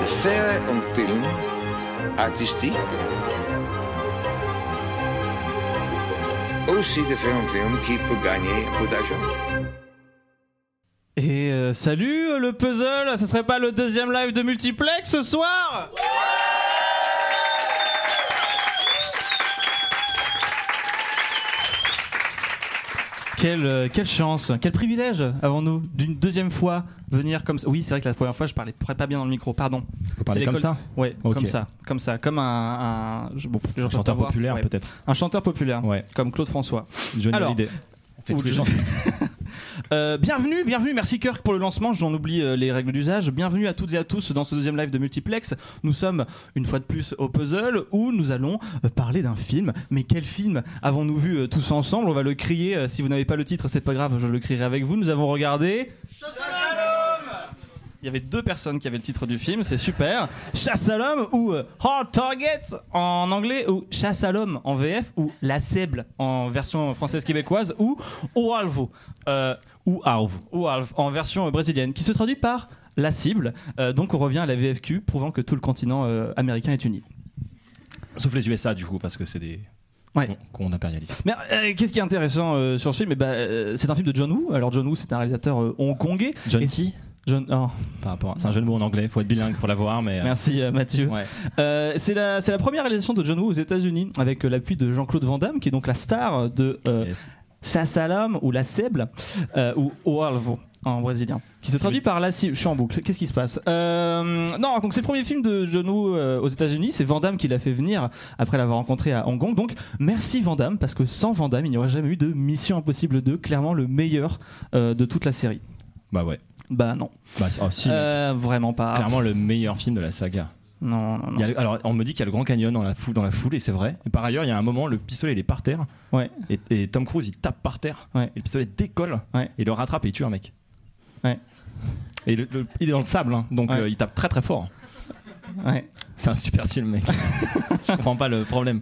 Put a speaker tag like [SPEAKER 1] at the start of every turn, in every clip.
[SPEAKER 1] de faire un film artistique, aussi de faire un film qui peut gagner un peu d'argent.
[SPEAKER 2] Et euh, salut euh, le puzzle, ça serait pas le deuxième live de multiplex ce soir Quelle, euh, quelle chance, quel privilège avons-nous d'une deuxième fois venir comme ça. Oui, c'est vrai que la première fois je parlais pas bien dans le micro, pardon.
[SPEAKER 3] Faut parler
[SPEAKER 2] C'est
[SPEAKER 3] comme
[SPEAKER 2] l'école-
[SPEAKER 3] ça
[SPEAKER 2] Ouais,
[SPEAKER 3] Ok.
[SPEAKER 2] comme ça, comme ça, comme un, un- je- bon, les gens peuvent
[SPEAKER 3] Un
[SPEAKER 2] pas
[SPEAKER 3] chanteur
[SPEAKER 2] voir,
[SPEAKER 3] populaire
[SPEAKER 2] ouais.
[SPEAKER 3] peut-être.
[SPEAKER 2] Un chanteur populaire,
[SPEAKER 3] Ouais.
[SPEAKER 2] comme Claude François.
[SPEAKER 3] Johnny
[SPEAKER 2] Alors,
[SPEAKER 3] Hallyday.
[SPEAKER 2] Ou Johnny- Euh, bienvenue, bienvenue, merci Kirk pour le lancement, j'en oublie euh, les règles d'usage. Bienvenue à toutes et à tous dans ce deuxième live de Multiplex. Nous sommes une fois de plus au puzzle où nous allons euh, parler d'un film. Mais quel film avons-nous vu euh, tous ensemble On va le crier, euh, si vous n'avez pas le titre c'est pas grave, je le crierai avec vous. Nous avons regardé... Il y avait deux personnes qui avaient le titre du film, c'est super. Chasse à l'homme ou euh, Hard Target en anglais, ou Chasse à l'homme en VF, ou La Sèble en version française québécoise, ou O Alvo, euh,
[SPEAKER 3] Ou Arv.
[SPEAKER 2] ou Alv en version euh, brésilienne, qui se traduit par La Cible. Euh, donc on revient à la VFQ, prouvant que tout le continent euh, américain est uni.
[SPEAKER 3] Sauf les USA du coup, parce que c'est des
[SPEAKER 2] Ouais.
[SPEAKER 3] cons- cons impérialistes.
[SPEAKER 2] Mais euh, qu'est-ce qui est intéressant euh, sur ce film Eh ben, euh, C'est un film de John Woo. Alors John Woo, c'est un réalisateur euh, hongkongais.
[SPEAKER 3] John
[SPEAKER 2] Et-
[SPEAKER 3] qui
[SPEAKER 2] John... oh,
[SPEAKER 3] Par rapport à- C'est un jeu de mots en anglais, faut être bilingue pour l'avoir, mais. euh,
[SPEAKER 2] merci euh, Mathieu.
[SPEAKER 3] Ouais.
[SPEAKER 2] Euh, c'est la, c'est la première réalisation de John Woo aux États-Unis, avec euh, l'appui de Jean-Claude Van Damme, qui est donc la star de euh,
[SPEAKER 3] Yes.
[SPEAKER 2] Chasse à l'homme ou La Sèble, euh, ou O Alvo en brésilien, qui se traduit par La Cible. Je suis en boucle, qu'est-ce qui se passe Euh, Non, donc c'est le premier film de John Woo euh, aux États-Unis, c'est Van Damme qui l'a fait venir après l'avoir rencontré à Hong Kong. Donc merci Van Damme, parce que sans Van Damme, il n'y aurait jamais eu de Mission Impossible 2, clairement le meilleur euh, de toute la série.
[SPEAKER 3] Bah ouais.
[SPEAKER 2] Bah non,
[SPEAKER 3] Bah, oh, si, mais
[SPEAKER 2] Euh, vraiment pas.
[SPEAKER 3] Clairement le meilleur film de la saga.
[SPEAKER 2] Non, non, non.
[SPEAKER 3] Il y a le- alors on me dit qu'il y a le Grand Canyon dans la foule, dans la foule et c'est vrai. Et par ailleurs, il y a un moment, le pistolet il est par terre
[SPEAKER 2] Ouais.
[SPEAKER 3] et, et Tom Cruise il tape par terre
[SPEAKER 2] Ouais.
[SPEAKER 3] et le pistolet décolle
[SPEAKER 2] Ouais.
[SPEAKER 3] et il le rattrape et il tue un mec.
[SPEAKER 2] Ouais.
[SPEAKER 3] Et le- le- il est dans le sable, hein, donc
[SPEAKER 2] Ouais.
[SPEAKER 3] euh, il tape très très fort.
[SPEAKER 2] Ouais.
[SPEAKER 3] C'est un super film, mec. Je comprends pas le problème.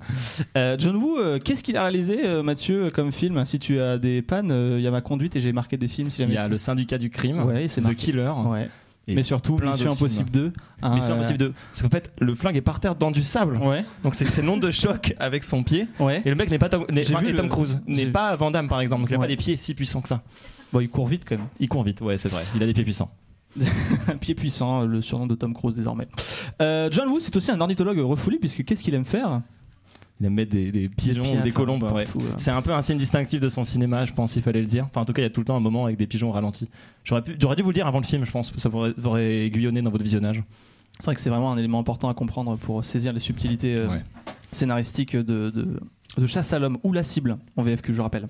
[SPEAKER 2] Euh, John Woo, euh, qu'est-ce qu'il a réalisé, euh, Mathieu, euh, comme film Si tu as des pannes, euh, il y a ma conduite et j'ai marqué des films. Si
[SPEAKER 3] Il
[SPEAKER 2] jamais
[SPEAKER 3] y a
[SPEAKER 2] tu-
[SPEAKER 3] le syndicat du crime,
[SPEAKER 2] Ouais, c'est
[SPEAKER 3] The
[SPEAKER 2] marqué.
[SPEAKER 3] Killer,
[SPEAKER 2] Ouais.
[SPEAKER 3] Et
[SPEAKER 2] Mais surtout,
[SPEAKER 3] plein de
[SPEAKER 2] Mission
[SPEAKER 3] films.
[SPEAKER 2] Impossible 2. hein,
[SPEAKER 3] Mission
[SPEAKER 2] euh,
[SPEAKER 3] Impossible 2. Parce qu'en fait, le flingue est par terre dans du sable.
[SPEAKER 2] Ouais,
[SPEAKER 3] Donc c'est c'est l'onde de choc avec son pied.
[SPEAKER 2] ouais.
[SPEAKER 3] Et le mec n'est pas Tom, n'est-
[SPEAKER 2] J'ai
[SPEAKER 3] enfin,
[SPEAKER 2] vu
[SPEAKER 3] et
[SPEAKER 2] le-
[SPEAKER 3] Tom Cruise,
[SPEAKER 2] j'ai-
[SPEAKER 3] n'est pas Van Damme par exemple. Donc il a
[SPEAKER 2] Ouais.
[SPEAKER 3] pas des pieds si puissants que ça.
[SPEAKER 2] Bon, il court vite quand même.
[SPEAKER 3] Il court vite, ouais, c'est vrai. Il a des pieds puissants.
[SPEAKER 2] Un pied puissant, euh, le surnom de Tom Cruise désormais. Euh, John Woo, c'est aussi un ornithologue refoulé, puisque qu'est-ce qu'il aime faire
[SPEAKER 3] Il aime mettre des, des pigeons
[SPEAKER 2] pieds
[SPEAKER 3] ou des
[SPEAKER 2] à-
[SPEAKER 3] colombes. ouais.
[SPEAKER 2] partout, euh.
[SPEAKER 3] C'est un peu un signe distinctif de son cinéma, je pense, il fallait le dire. Enfin, en tout cas, il y a tout le temps un moment avec des pigeons au ralenti. J'aurais pu- j'aurais dû vous le dire avant le film, je pense. Ça vous aurait- vous aurait aiguillonné dans votre visionnage.
[SPEAKER 2] C'est vrai que c'est vraiment un élément important à comprendre pour saisir les subtilités euh,
[SPEAKER 3] Ouais.
[SPEAKER 2] scénaristiques de, de- de Chasse à l'homme ou la cible en VFQ, je rappelle.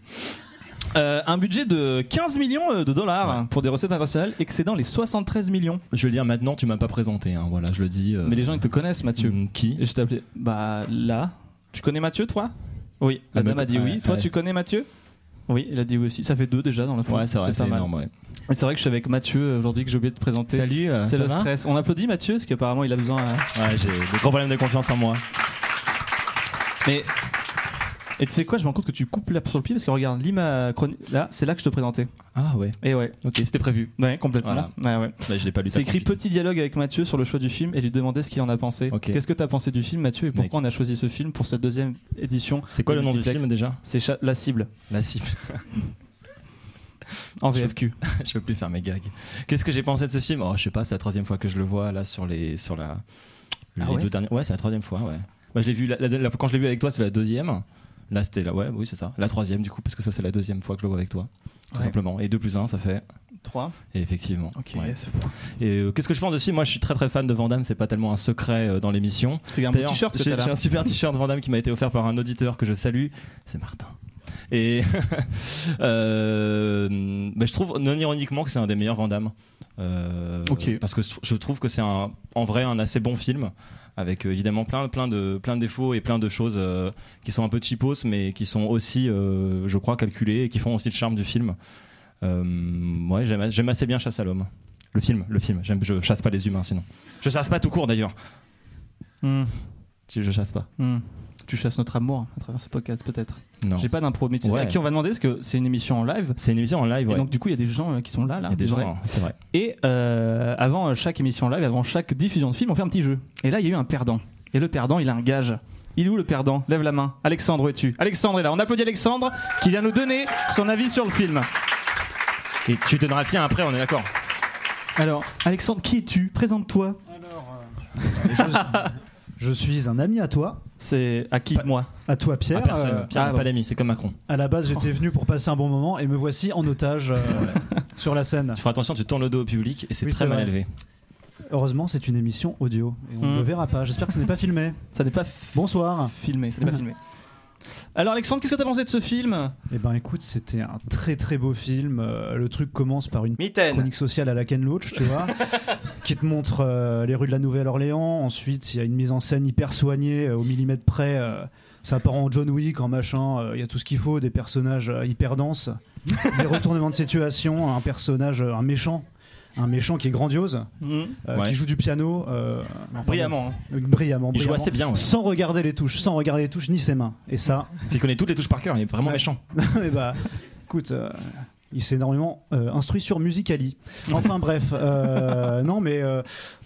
[SPEAKER 2] Euh, un budget de 15 millions euh, de dollars
[SPEAKER 3] Ouais.
[SPEAKER 2] hein, pour des recettes internationales excédant les 73 millions.
[SPEAKER 3] Je vais le dire maintenant, tu m'as pas présenté. hein, voilà, je le dis. euh,
[SPEAKER 2] Mais les gens ils te connaissent, Mathieu.
[SPEAKER 3] hum, Qui
[SPEAKER 2] Et Je t'ai appelé. Bah là, tu connais Mathieu, toi Oui.
[SPEAKER 3] Le
[SPEAKER 2] La dame
[SPEAKER 3] mec-
[SPEAKER 2] a dit oui.
[SPEAKER 3] ouais,
[SPEAKER 2] Toi,
[SPEAKER 3] ouais.
[SPEAKER 2] tu connais Mathieu Oui, il a dit oui aussi. Ça fait deux déjà dans la foule.
[SPEAKER 3] Ouais, c'est vrai,
[SPEAKER 2] pas
[SPEAKER 3] c'est
[SPEAKER 2] mal.
[SPEAKER 3] énorme. ouais.
[SPEAKER 2] Mais c'est vrai que je suis avec Mathieu euh, aujourd'hui que j'ai oublié de te présenter.
[SPEAKER 3] Salut, euh,
[SPEAKER 2] C'est
[SPEAKER 3] ça
[SPEAKER 2] le
[SPEAKER 3] va
[SPEAKER 2] stress. On applaudit Mathieu parce qu'apparemment il a besoin. euh,
[SPEAKER 3] Ouais, j'ai des gros problèmes de confiance en moi.
[SPEAKER 2] Mais. Et tu sais quoi, je me rends compte que tu coupes l'herbe sur le pied parce que regarde, lis ma chronique. Là, c'est là que je te présentais.
[SPEAKER 3] Ah ouais,
[SPEAKER 2] Et ouais.
[SPEAKER 3] ok, c'était prévu.
[SPEAKER 2] Ouais, complètement. Ouais, ouais.
[SPEAKER 3] Bah, je l'ai pas lu.
[SPEAKER 2] C'est
[SPEAKER 3] t'as
[SPEAKER 2] écrit
[SPEAKER 3] compris.
[SPEAKER 2] petit dialogue avec Mathieu sur le choix du film et lui demander ce qu'il en a pensé.
[SPEAKER 3] Ok.
[SPEAKER 2] Qu'est-ce que t'as pensé du film, Mathieu, et pourquoi on a choisi ce film pour cette deuxième édition
[SPEAKER 3] C'est quoi le nom du
[SPEAKER 2] Multiplex
[SPEAKER 3] film déjà
[SPEAKER 2] C'est Cha- La cible
[SPEAKER 3] La cible.
[SPEAKER 2] en
[SPEAKER 3] Je-
[SPEAKER 2] VFQ.
[SPEAKER 3] je peux plus faire mes gags. Qu'est-ce que j'ai pensé de ce film Oh, je sais pas, c'est la troisième fois que je le vois là sur les sur la les
[SPEAKER 2] Ah ouais
[SPEAKER 3] deux dernières. Ouais, c'est la troisième fois. Ouais. Bah, je l'ai vu la, la- la- quand je l'ai vu avec toi, c'est la deuxième. Là, c'était la ouais, oui, c'est ça. La troisième du coup, parce que ça, c'est la deuxième fois que je le vois avec toi, tout
[SPEAKER 2] Ouais.
[SPEAKER 3] simplement. Et 2 plus 1 ça fait.
[SPEAKER 2] 3.
[SPEAKER 3] Et effectivement.
[SPEAKER 2] Ok.
[SPEAKER 3] ouais. Et euh, qu'est-ce que je pense de ce film Moi, je suis très très fan de Van Damme. C'est pas tellement un secret euh, dans l'émission.
[SPEAKER 2] C'est un beau
[SPEAKER 3] D'ailleurs,
[SPEAKER 2] t-shirt que
[SPEAKER 3] j'ai
[SPEAKER 2] t'as
[SPEAKER 3] j'ai
[SPEAKER 2] là.
[SPEAKER 3] un super t-shirt Van Damme qui m'a été offert par un auditeur que je salue. C'est Martin. Et euh, bah, je trouve non ironiquement que c'est un des meilleurs Van Damme. Euh,
[SPEAKER 2] Ok.
[SPEAKER 3] Parce que je trouve que c'est un- en vrai un assez bon film avec euh, évidemment plein, plein, de, plein de défauts et plein de choses euh, qui sont un peu cheapos mais qui sont aussi, euh, je crois, calculées et qui font aussi le charme du film. Euh, ouais, j'aime j'aime assez bien Chasse à l'homme. Le film, le film. J'aime- Je chasse pas les humains sinon. Je chasse pas tout court d'ailleurs.
[SPEAKER 2] Hmm,
[SPEAKER 3] Je je chasse pas.
[SPEAKER 2] hmm. Tu chasses notre amour à travers ce podcast, peut-être.
[SPEAKER 3] Non.
[SPEAKER 2] J'ai pas d'impro, mais tu sais
[SPEAKER 3] Ouais.
[SPEAKER 2] à qui on va demander parce que c'est une émission en live.
[SPEAKER 3] C'est une émission en live,
[SPEAKER 2] Et
[SPEAKER 3] ouais.
[SPEAKER 2] donc, du coup, il y a des gens euh, qui sont là, là.
[SPEAKER 3] Il y a des
[SPEAKER 2] vrais.
[SPEAKER 3] gens, c'est vrai.
[SPEAKER 2] Et euh, avant euh, chaque émission live, avant chaque diffusion de film, on fait un petit jeu. Et là, il y a eu un perdant. Et le perdant, il a un gage. Il est où le perdant Lève la main. Alexandre, où es-tu Alexandre est là. On applaudit Alexandre qui vient nous donner son avis sur le film.
[SPEAKER 3] Et tu donneras le tien après, on est d'accord.
[SPEAKER 2] Alors, Alexandre, qui es-tu Présente-toi.
[SPEAKER 4] Je suis un ami à toi,
[SPEAKER 2] C'est à qui Moi.
[SPEAKER 4] à toi Pierre.
[SPEAKER 3] Ah, personne.
[SPEAKER 4] Euh,
[SPEAKER 3] Pierre
[SPEAKER 2] ah,
[SPEAKER 3] n'a
[SPEAKER 2] bon.
[SPEAKER 3] pas d'amis, c'est comme Macron.
[SPEAKER 4] à la base, j'étais venu pour passer un bon moment et me voici en otage euh, sur la scène.
[SPEAKER 3] Tu feras attention, tu tournes le dos au public et c'est
[SPEAKER 4] Oui,
[SPEAKER 3] très
[SPEAKER 4] c'est
[SPEAKER 3] mal
[SPEAKER 4] vrai.
[SPEAKER 3] élevé.
[SPEAKER 4] Heureusement, c'est une émission audio et on ne
[SPEAKER 2] Mm.
[SPEAKER 4] le verra pas. J'espère que ce n'est pas filmé.
[SPEAKER 2] Ça n'est pas f-
[SPEAKER 4] Bonsoir.
[SPEAKER 2] filmé. Ça n'est pas filmé. Alors, Alexandre, qu'est-ce que t'as pensé de ce film
[SPEAKER 4] Eh ben, écoute, c'était un très très beau film. Euh, le truc commence par une
[SPEAKER 5] Mitaine.
[SPEAKER 4] chronique sociale à la Ken Loach, tu vois, qui te montre euh, les rues de la Nouvelle-Orléans. Ensuite, il y a une mise en scène hyper soignée euh, au millimètre près. euh, ça part en John Wick, en machin. euh, Il y a tout ce qu'il faut, des personnages euh, hyper denses, des retournements de situation, un personnage, euh, un méchant. Un méchant qui est grandiose, euh,
[SPEAKER 3] Mmh. Ouais.
[SPEAKER 4] qui joue du piano euh, enfin,
[SPEAKER 2] Brillamment. hein.
[SPEAKER 4] euh, brillamment,
[SPEAKER 3] Il joue
[SPEAKER 4] brillamment,
[SPEAKER 3] assez bien, ouais.
[SPEAKER 4] sans regarder les touches, sans regarder les touches ni ses mains. Et ça,
[SPEAKER 3] Il connaît toutes les touches par cœur, il est vraiment
[SPEAKER 4] Ouais.
[SPEAKER 3] méchant.
[SPEAKER 4] eh bah, écoute, euh, il s'est énormément euh, instruit sur Musicali. Enfin bref, euh, non mais euh,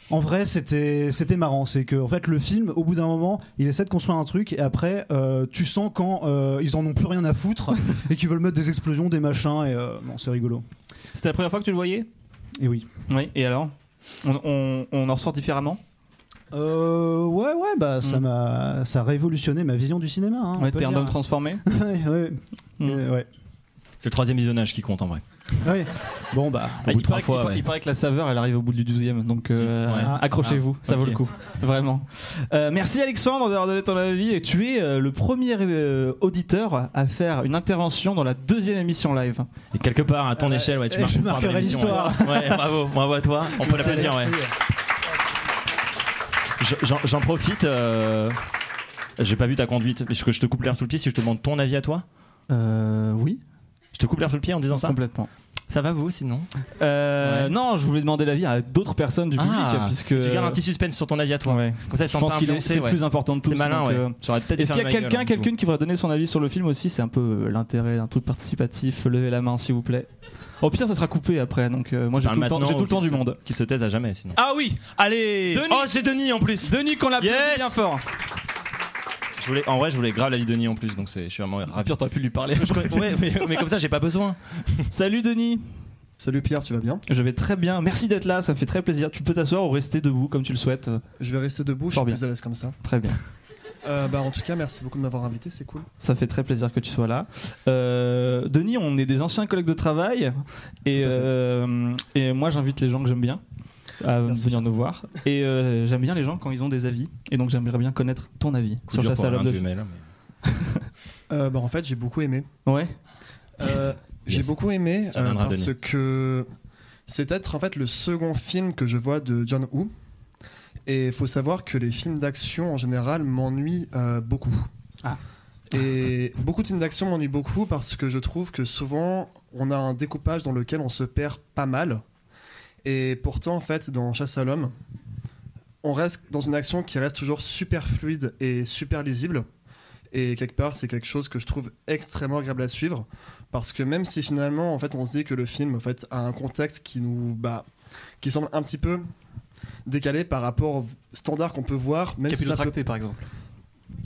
[SPEAKER 4] en vrai c'était c'était marrant, c'est que en fait le film, au bout d'un moment, il essaie de construire un truc et après euh, tu sens quand euh, ils en ont plus rien à foutre et qu'ils veulent mettre des explosions, des machins et euh, bon c'est rigolo.
[SPEAKER 2] C'était la première fois que tu le voyais
[SPEAKER 4] Et oui.
[SPEAKER 2] Oui. Et alors on, on- on en ressort différemment
[SPEAKER 4] Euh, ouais ouais bah ça
[SPEAKER 2] Mm.
[SPEAKER 4] m'a ça a révolutionné ma vision du cinéma. hein, on
[SPEAKER 2] Ouais,
[SPEAKER 4] peut
[SPEAKER 2] T'es un
[SPEAKER 4] dire.
[SPEAKER 2] homme transformé
[SPEAKER 4] ouais, ouais,
[SPEAKER 2] Mm.
[SPEAKER 4] euh, ouais.
[SPEAKER 3] C'est le troisième visionnage qui compte en vrai.
[SPEAKER 4] Ouais. Bon bah
[SPEAKER 3] Au
[SPEAKER 2] Ah,
[SPEAKER 3] bout
[SPEAKER 2] il,
[SPEAKER 3] de trois
[SPEAKER 2] paraît que-
[SPEAKER 3] fois,
[SPEAKER 2] il par-
[SPEAKER 3] ouais.
[SPEAKER 2] il paraît que la saveur, elle arrive au bout du 12e. Donc euh,
[SPEAKER 3] Ouais.
[SPEAKER 2] ah, accrochez-vous, ça vaut
[SPEAKER 3] ok.
[SPEAKER 2] le coup. Vraiment. Euh, merci Alexandre d'avoir donné ton avis. Et tu es euh, le premier euh, auditeur à faire une intervention dans la deuxième émission live.
[SPEAKER 3] Et quelque part, à ton échelle, ouais, tu
[SPEAKER 4] eh,
[SPEAKER 3] marques
[SPEAKER 4] je
[SPEAKER 3] l'histoire de
[SPEAKER 4] marquerai
[SPEAKER 3] l'émission,
[SPEAKER 4] l'histoire.
[SPEAKER 3] Ouais. Ouais, bravo, bravo à toi. On peut l'applaudir, ouais.
[SPEAKER 4] Merci.
[SPEAKER 3] Je- j'en- J'en profite. euh, J'ai pas vu ta conduite, mais je, que je te coupe l'air sous le pied si je te demande ton avis à toi.
[SPEAKER 2] Euh, oui,
[SPEAKER 3] Je te coupe l'air sous le pied en disant ça.
[SPEAKER 2] complètement.
[SPEAKER 3] Ça va vous sinon
[SPEAKER 2] Euh,
[SPEAKER 3] Ouais.
[SPEAKER 2] Non, je voulais demander l'avis à d'autres personnes du public.
[SPEAKER 3] Ah,
[SPEAKER 2] puisque
[SPEAKER 3] Tu gardes un petit suspense sur ton avis à toi.
[SPEAKER 2] Ouais.
[SPEAKER 3] Comme ça, ils
[SPEAKER 2] Je
[SPEAKER 3] sont
[SPEAKER 2] pense
[SPEAKER 3] pas
[SPEAKER 2] qu'il est
[SPEAKER 3] influencés.
[SPEAKER 2] c'est
[SPEAKER 3] ouais.
[SPEAKER 2] plus important de tous.
[SPEAKER 3] C'est malin,
[SPEAKER 2] donc,
[SPEAKER 3] ouais.
[SPEAKER 2] euh,
[SPEAKER 3] J'aurais peut-être dû
[SPEAKER 2] Est-ce
[SPEAKER 3] faire
[SPEAKER 2] qu'il y a
[SPEAKER 3] ma gueule,
[SPEAKER 2] quelqu'un
[SPEAKER 3] hein,
[SPEAKER 2] quelqu'une qui voudrait donner son avis sur le film aussi C'est un peu euh, l'intérêt d'un truc participatif. Levez la main, s'il vous plaît. Au pire, ça sera coupé après, donc euh, moi j'ai
[SPEAKER 3] Parle
[SPEAKER 2] tout le temps,
[SPEAKER 3] maintenant
[SPEAKER 2] j'ai tout le
[SPEAKER 3] ou
[SPEAKER 2] temps
[SPEAKER 3] qu'il
[SPEAKER 2] du
[SPEAKER 3] se-
[SPEAKER 2] monde.
[SPEAKER 3] Qu'il se taise à jamais sinon.
[SPEAKER 2] Ah oui
[SPEAKER 3] Allez
[SPEAKER 2] Denis
[SPEAKER 3] Oh, c'est Denis en plus
[SPEAKER 2] Denis qu'on l'applaudit
[SPEAKER 3] Yes
[SPEAKER 2] bien fort
[SPEAKER 3] je voulais, En vrai, je voulais grave la vie de Denis en plus, donc c'est- je suis vraiment ravi.
[SPEAKER 2] Ah, Pire, t'aurais pu lui parler.
[SPEAKER 3] Je connais- ouais, mais, mais comme ça, j'ai pas besoin.
[SPEAKER 2] euh, Salut Denis
[SPEAKER 6] Salut Pierre, tu vas bien
[SPEAKER 2] Je vais très bien, merci d'être là, ça me fait très plaisir. Tu peux t'asseoir ou rester debout comme tu le souhaites. euh,
[SPEAKER 6] Je vais rester debout, je
[SPEAKER 2] Fort
[SPEAKER 6] suis
[SPEAKER 2] bien.
[SPEAKER 6] plus à l'aise comme ça.
[SPEAKER 2] Très bien.
[SPEAKER 6] Euh, bah, en tout cas, merci beaucoup de m'avoir invité, c'est cool.
[SPEAKER 2] Ça fait très plaisir que tu sois là. Euh, Denis, on est des anciens collègues de travail et,
[SPEAKER 6] Tout à fait.
[SPEAKER 2] euh, et moi j'invite les gens que j'aime bien à
[SPEAKER 6] Merci.
[SPEAKER 2] venir nous voir. Et euh, j'aime bien les gens quand ils ont des avis et donc j'aimerais bien connaître ton avis sur
[SPEAKER 3] Dur
[SPEAKER 2] Chasse
[SPEAKER 3] pour
[SPEAKER 2] à l'homme
[SPEAKER 3] Alain
[SPEAKER 2] 2.
[SPEAKER 3] Duhamel, hein, mais-
[SPEAKER 6] Euh, bah, en fait, j'ai beaucoup aimé.
[SPEAKER 2] Ouais,
[SPEAKER 6] Euh, J'ai
[SPEAKER 3] Yes.
[SPEAKER 6] beaucoup aimé
[SPEAKER 3] Tu
[SPEAKER 6] euh,
[SPEAKER 3] reviendras,
[SPEAKER 6] parce
[SPEAKER 3] Denis.
[SPEAKER 6] que c'est peut-être en fait le second film que je vois de John Woo. Et il faut savoir que les films d'action en général m'ennuient euh, beaucoup.
[SPEAKER 2] Ah.
[SPEAKER 6] Et beaucoup de films d'action m'ennuient beaucoup parce que je trouve que souvent on a un découpage dans lequel on se perd pas mal. Et pourtant, en fait, dans Chasse à l'homme, on reste dans une action qui reste toujours super fluide et super lisible. Et quelque part, c'est quelque chose que je trouve extrêmement agréable à suivre. Parce que même si finalement, en fait, on se dit que le film en fait, a un contexte qui nous. Bah, qui semble un petit peu décalé par rapport au standard qu'on peut voir, même si ça peut...
[SPEAKER 2] Capillotracté par exemple.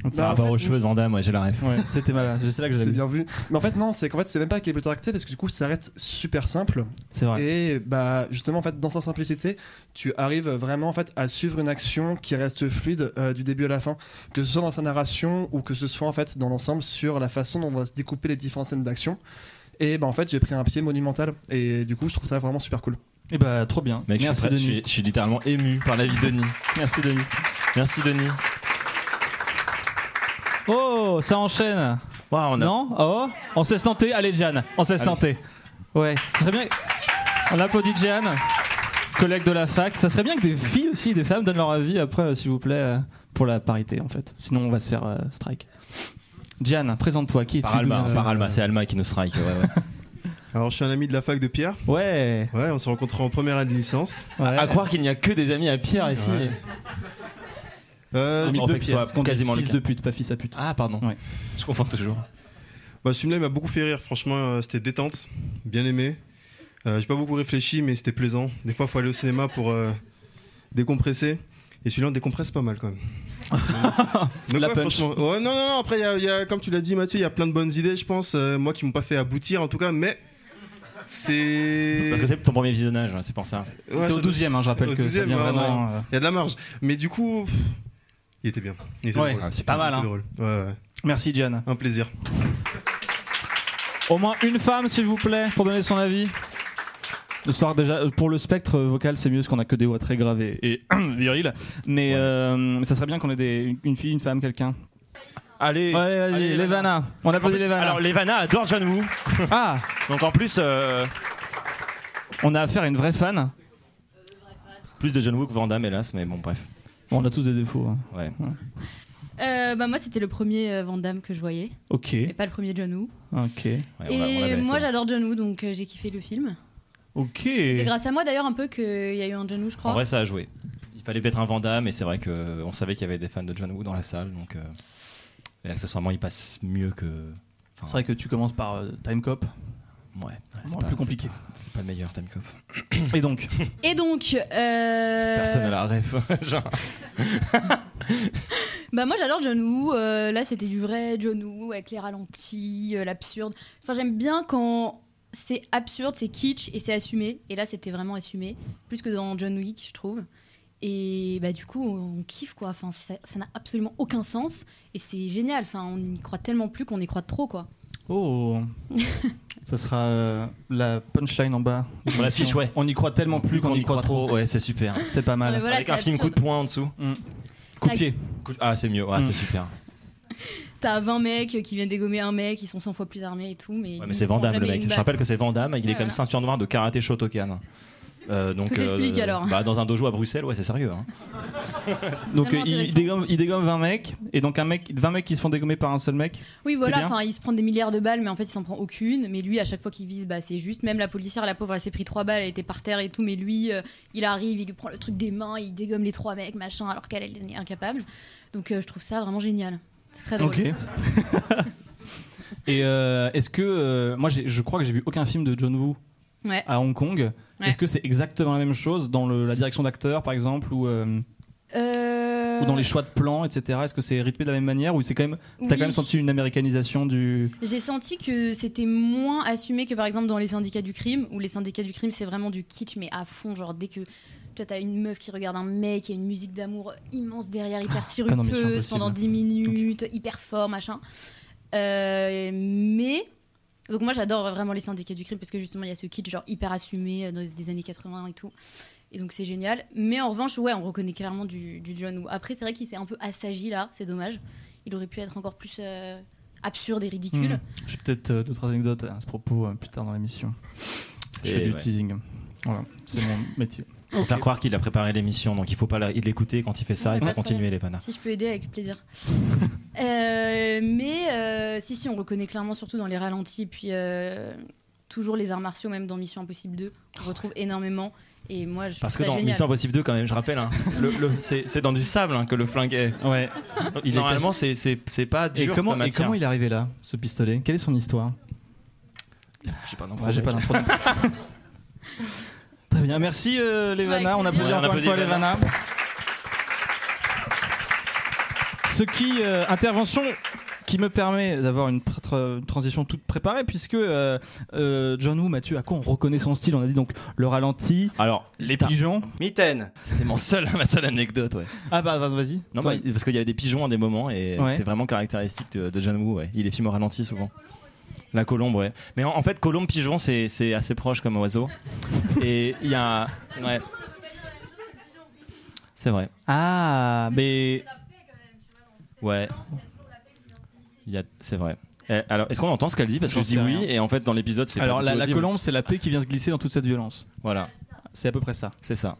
[SPEAKER 3] Par
[SPEAKER 6] Bah, en
[SPEAKER 3] rapport
[SPEAKER 6] fait,
[SPEAKER 3] aux cheveux de Vandame, ouais, j'ai la ref.
[SPEAKER 2] Ouais, c'était malade, c'est là que
[SPEAKER 6] C'est
[SPEAKER 2] j'aime.
[SPEAKER 6] bien vu. Mais en fait, non, c'est qu'en fait, c'est même pas qu'il est plutôt acté parce que du coup, ça reste super simple.
[SPEAKER 2] C'est vrai.
[SPEAKER 6] Et bah, justement, en fait, dans sa simplicité, tu arrives vraiment en fait, à suivre une action qui reste fluide euh, du début à la fin. Que ce soit dans sa narration ou que ce soit en fait dans l'ensemble sur la façon dont on va se découper les différentes scènes d'action. Et bah, en fait, j'ai pris un pied monumental. Et du coup, je trouve ça vraiment super cool.
[SPEAKER 2] Et bah trop bien.
[SPEAKER 3] Mec, je suis
[SPEAKER 2] Merci
[SPEAKER 3] prêt- je, suis,
[SPEAKER 2] Denis.
[SPEAKER 3] je suis littéralement ému par la vie de Denis.
[SPEAKER 2] Merci Denis.
[SPEAKER 3] Merci Denis.
[SPEAKER 2] Oh, ça enchaîne.
[SPEAKER 3] Ouah, on a-
[SPEAKER 2] Non Oh On s'est tenté Allez, Jeanne, on s'est
[SPEAKER 3] Allez.
[SPEAKER 2] tenté. Ouais. Ça serait bien. On applaudit Jeanne, collègue de la fac. Ça serait bien que des filles aussi, des femmes donnent leur avis après, euh, s'il vous plaît, euh, pour la parité en fait. Sinon, on va se faire euh, strike. Jeanne, présente-toi. Qui
[SPEAKER 3] Par
[SPEAKER 2] es-tu
[SPEAKER 3] Alma,
[SPEAKER 2] de-
[SPEAKER 3] par Alma, c'est Alma qui nous strike. ouais, ouais.
[SPEAKER 5] Alors, je suis un ami de la fac de Pierre.
[SPEAKER 2] Ouais.
[SPEAKER 5] Ouais, on s'est rencontrés en première année de licence.
[SPEAKER 2] ouais.
[SPEAKER 3] À croire qu'il n'y a que des amis à Pierre ici.
[SPEAKER 5] Ouais. Euh,
[SPEAKER 3] Ah,
[SPEAKER 5] du-
[SPEAKER 2] Fils
[SPEAKER 3] bon. en
[SPEAKER 2] de
[SPEAKER 3] fait,
[SPEAKER 2] pute,
[SPEAKER 3] soit
[SPEAKER 2] parce qu'on dit
[SPEAKER 3] quasiment le
[SPEAKER 2] fils
[SPEAKER 3] cas.
[SPEAKER 2] de pute, pas fils à pute.
[SPEAKER 3] Ah, pardon.
[SPEAKER 2] Ouais.
[SPEAKER 3] Je comprends toujours.
[SPEAKER 5] bah, ce film-là il m'a beaucoup fait rire. Franchement, euh, c'était détente, bien aimé. Euh, J'ai pas beaucoup réfléchi, mais c'était plaisant. Des fois, il faut aller au cinéma pour euh, décompresser. Et celui-là, on décompresse pas mal quand même. Donc,
[SPEAKER 2] La
[SPEAKER 5] ouais,
[SPEAKER 2] punch.
[SPEAKER 5] franchement. Ouais, non, non, non. Après, il y a- il y a, comme tu l'as dit, Mathieu, il y a plein de bonnes idées, je pense. euh, moi qui m'ont pas fait aboutir, en tout cas, mais.
[SPEAKER 3] C'est
[SPEAKER 5] C'est.
[SPEAKER 3] parce que c'est ton premier visionnage, ouais, c'est pour ça.
[SPEAKER 5] Ouais,
[SPEAKER 2] c'est au
[SPEAKER 5] ça-
[SPEAKER 2] 12 e je rappelle
[SPEAKER 5] Au
[SPEAKER 2] que ça
[SPEAKER 5] 12e,
[SPEAKER 2] vient
[SPEAKER 5] ouais,
[SPEAKER 2] vraiment. euh,
[SPEAKER 5] Il y a de la marge. Mais du coup, pff, il était bien. Il était
[SPEAKER 2] Ouais,
[SPEAKER 5] drôle.
[SPEAKER 3] c'est
[SPEAKER 2] pas mal,
[SPEAKER 5] Il était
[SPEAKER 2] hein.
[SPEAKER 5] drôle. Ouais, ouais.
[SPEAKER 2] Merci, Jeanne.
[SPEAKER 5] Un plaisir.
[SPEAKER 2] Au moins une femme, s'il vous plaît, pour donner son avis. Le soir, déjà, euh, pour le spectre vocal, c'est mieux parce qu'on a que des voix très graves et, et viriles. Mais euh, ça serait bien qu'on ait des- une- une fille, une femme, quelqu'un.
[SPEAKER 3] Allez,
[SPEAKER 2] Allez,
[SPEAKER 3] allez,
[SPEAKER 2] vas-y,
[SPEAKER 3] Levana.
[SPEAKER 2] Levana. On
[SPEAKER 3] En
[SPEAKER 2] applaudit
[SPEAKER 3] plus,
[SPEAKER 2] Levana.
[SPEAKER 3] alors, Levana adore John Woo.
[SPEAKER 2] Ah,
[SPEAKER 3] Donc, en plus, euh,
[SPEAKER 2] on a affaire à une vraie fan.
[SPEAKER 3] plus de John Woo que Van Damme, hélas, mais bon, bref.
[SPEAKER 2] Bon, on a tous des défauts. hein.
[SPEAKER 3] Ouais.
[SPEAKER 7] Euh, bah, moi, c'était le premier euh, Van Damme que je voyais,
[SPEAKER 2] Ok,
[SPEAKER 7] et pas le premier John Woo.
[SPEAKER 2] ok,
[SPEAKER 3] Ouais, on l'a- on
[SPEAKER 7] et
[SPEAKER 3] l'avait, c'est
[SPEAKER 7] moi, j'adore John Woo, donc euh, j'ai kiffé le film.
[SPEAKER 2] ok.
[SPEAKER 7] C'est grâce à moi d'ailleurs un peu qu'il y a eu un John Woo, je
[SPEAKER 3] bon. En
[SPEAKER 7] crois.
[SPEAKER 3] vrai, ça a joué. Il fallait peut-être un Van Damme, mais c'est vrai qu'on savait qu'il y avait des fans de John Woo dans la salle. Donc, euh, et accessoirement, il passe mieux que. enfin,
[SPEAKER 2] C'est vrai que tu commences par euh, Time Cop.
[SPEAKER 3] Ouais, ouais,
[SPEAKER 2] Bon, plus compliqué.
[SPEAKER 3] pas- C'est pas, le meilleur Time Cop.
[SPEAKER 7] Euh,
[SPEAKER 2] Et donc,
[SPEAKER 7] Et donc, euh,
[SPEAKER 3] Personne à la ref. Genre,
[SPEAKER 7] bah moi j'adore John Woo. euh, là, c'était du vrai John Woo avec les ralentis, euh, l'absurde. Enfin, j'aime bien quand c'est absurde, c'est kitsch et c'est assumé. Et là, c'était vraiment assumé, plus que dans John Wick, je trouve. Et bah du coup, on kiffe quoi. Enfin, ça ça n'a absolument aucun sens et c'est génial. Enfin, on y croit tellement plus qu'on y croit trop quoi.
[SPEAKER 2] oh, ça sera euh, la punchline en bas.
[SPEAKER 3] Sur la fiche, ouais.
[SPEAKER 2] On y croit tellement plus qu'on y croit trop.
[SPEAKER 3] Ouais, c'est super.
[SPEAKER 2] C'est pas mal.
[SPEAKER 7] Ouais, Voilà,
[SPEAKER 3] Avec un
[SPEAKER 7] c'est
[SPEAKER 3] film coup
[SPEAKER 7] absurde.
[SPEAKER 3] de poing en dessous.
[SPEAKER 2] Coup de pied.
[SPEAKER 3] Coup de- Ah, c'est mieux. Ah,
[SPEAKER 2] Mm.
[SPEAKER 3] c'est super.
[SPEAKER 7] T'as 20 mecs qui viennent dégommer un mec, ils sont 100 fois plus armés et tout. Mais,
[SPEAKER 3] Ouais,
[SPEAKER 7] ils
[SPEAKER 3] mais c'est
[SPEAKER 7] se prend
[SPEAKER 3] Vandame le
[SPEAKER 7] jamais
[SPEAKER 3] mec.
[SPEAKER 7] une
[SPEAKER 3] Je
[SPEAKER 7] balle.
[SPEAKER 3] rappelle que c'est Vandame. Il est
[SPEAKER 7] Ouais,
[SPEAKER 3] comme
[SPEAKER 7] voilà.
[SPEAKER 3] ceinture noire de karaté Shotokan. Euh, donc,
[SPEAKER 7] Tout s'explique, alors.
[SPEAKER 3] bah, dans un dojo à Bruxelles, ouais, c'est sérieux. hein.
[SPEAKER 2] Donc euh,
[SPEAKER 7] Vraiment
[SPEAKER 2] il
[SPEAKER 7] intéressant.
[SPEAKER 2] dégomme, il dégomme 20 mecs et donc un mec, 20 mecs qui se font dégommer par un seul mec.
[SPEAKER 7] Oui,
[SPEAKER 2] bien.
[SPEAKER 7] voilà, enfin, il se prend des milliards de balles, mais en fait, il s'en prend aucune. Mais lui, à chaque fois qu'il vise, bah, c'est juste. Même la policière, la pauvre, elle s'est pris trois balles, elle était par terre et tout. Mais lui, euh, il arrive, il lui prend le truc des mains, il dégomme les trois mecs, machin, alors qu'elle, elle est incapable. Donc, euh, je trouve ça vraiment génial. C'est très drôle.
[SPEAKER 2] Ok. et euh, est-ce que euh, moi j'ai- je crois que j'ai vu aucun film de John Woo
[SPEAKER 7] Ouais.
[SPEAKER 2] à Hong Kong.
[SPEAKER 7] Ouais.
[SPEAKER 2] Est-ce que c'est exactement la même chose dans le- la direction d'acteur par exemple ou, euh,
[SPEAKER 7] Euh,
[SPEAKER 2] ou dans les choix de plans etc. Est-ce que c'est rythmé de la même manière ou c'est quand même t'as
[SPEAKER 7] oui.
[SPEAKER 2] quand même senti une américanisation du
[SPEAKER 7] J'ai senti que c'était moins assumé que par exemple dans les syndicats du crime, où les syndicats du crime c'est vraiment du kitsch, mais à fond. Genre dès que toi t'as une meuf qui regarde un mec, il y a une musique d'amour immense derrière, hyper
[SPEAKER 2] pas dans Mission
[SPEAKER 7] sirupeuse
[SPEAKER 2] Impossible.
[SPEAKER 7] pendant 10 minutes, hyper fort, machin. Euh, mais. Donc moi j'adore vraiment les syndicats du crime parce que justement il y a ce kitsch genre hyper assumé euh, dans- des années 80 et tout. Et donc c'est génial. Mais en revanche, ouais, on reconnaît clairement du, du John Woo. Après, c'est vrai qu'il s'est un peu assagi là, c'est dommage. Il aurait pu être encore plus euh, absurde et ridicule.
[SPEAKER 2] Hmm. J'ai peut-être euh, d'autres anecdotes à ce propos euh, plus tard dans l'émission. Je fais
[SPEAKER 3] Et
[SPEAKER 2] du
[SPEAKER 3] ouais.
[SPEAKER 2] teasing. Voilà, c'est mon métier.
[SPEAKER 3] Faut faire croire qu'il a préparé l'émission, donc il faut pas la- l'écouter quand il fait ça.
[SPEAKER 7] Ouais,
[SPEAKER 3] il faut
[SPEAKER 7] pas de
[SPEAKER 3] continuer les panas.
[SPEAKER 7] Si je peux aider, avec plaisir. Euh, mais euh, si, si, on reconnaît clairement, surtout dans les ralentis, puis euh, toujours les arts martiaux, même dans Mission Impossible 2, on retrouve énormément. Et moi, je
[SPEAKER 3] Parce que
[SPEAKER 7] trouve ça
[SPEAKER 3] dans
[SPEAKER 7] génial.
[SPEAKER 3] Mission Impossible 2, quand même, je rappelle, hein, le- le- c'est c'est dans du sable hein, que le flingue est.
[SPEAKER 2] Ouais. Il est
[SPEAKER 3] Normalement, c'est- c'est c'est pas
[SPEAKER 2] Et
[SPEAKER 3] dur.
[SPEAKER 2] comment,
[SPEAKER 3] comme
[SPEAKER 2] et
[SPEAKER 3] matière.
[SPEAKER 2] comment il est arrivé là, ce pistolet Quelle est son histoire
[SPEAKER 3] J'ai pas d'emploi.
[SPEAKER 2] Ouais, J'ai pas l'info. Très bien, merci euh, Levana.
[SPEAKER 7] Ouais,
[SPEAKER 2] on applaudit
[SPEAKER 7] avec plaisir.
[SPEAKER 2] encore une
[SPEAKER 3] Ouais, on
[SPEAKER 2] fois
[SPEAKER 3] applaudit
[SPEAKER 2] Levana. Ce qui, euh, intervention qui me permet d'avoir une pr- tra- une transition toute préparée, puisque euh, euh, John Woo, Mathieu, à quoi on reconnaît son style On a dit donc le ralenti,
[SPEAKER 3] Alors,
[SPEAKER 2] les
[SPEAKER 3] les
[SPEAKER 2] pigeons.
[SPEAKER 8] Mitaine
[SPEAKER 3] C'était mon seul, ma seule anecdote, ouais.
[SPEAKER 2] Ah bah vas- vas-y.
[SPEAKER 3] Non,
[SPEAKER 2] Toi,
[SPEAKER 3] mais parce qu'il y avait des pigeons à des moments et
[SPEAKER 2] Ouais.
[SPEAKER 3] c'est vraiment caractéristique de, de John Woo. ouais. Il est filmé au ralenti souvent. La colombe, ouais. Mais en, en fait, colombe-pigeon, c'est c'est assez proche comme oiseau. et il y a. Ouais. C'est vrai.
[SPEAKER 2] Ah, mais
[SPEAKER 3] Ouais. Il y a- C'est vrai. Eh, Alors, est-ce qu'on entend ce qu'elle dit Parce que
[SPEAKER 2] J'en
[SPEAKER 3] je dis
[SPEAKER 2] sais
[SPEAKER 3] oui,
[SPEAKER 2] rien.
[SPEAKER 3] et en fait, dans l'épisode, c'est pas
[SPEAKER 2] Alors
[SPEAKER 3] du
[SPEAKER 2] la,
[SPEAKER 3] tout
[SPEAKER 2] la
[SPEAKER 3] audible.
[SPEAKER 2] colombe, c'est la paix qui vient se glisser dans toute cette violence.
[SPEAKER 3] Voilà,
[SPEAKER 2] C'est à peu près ça.
[SPEAKER 3] c'est ça.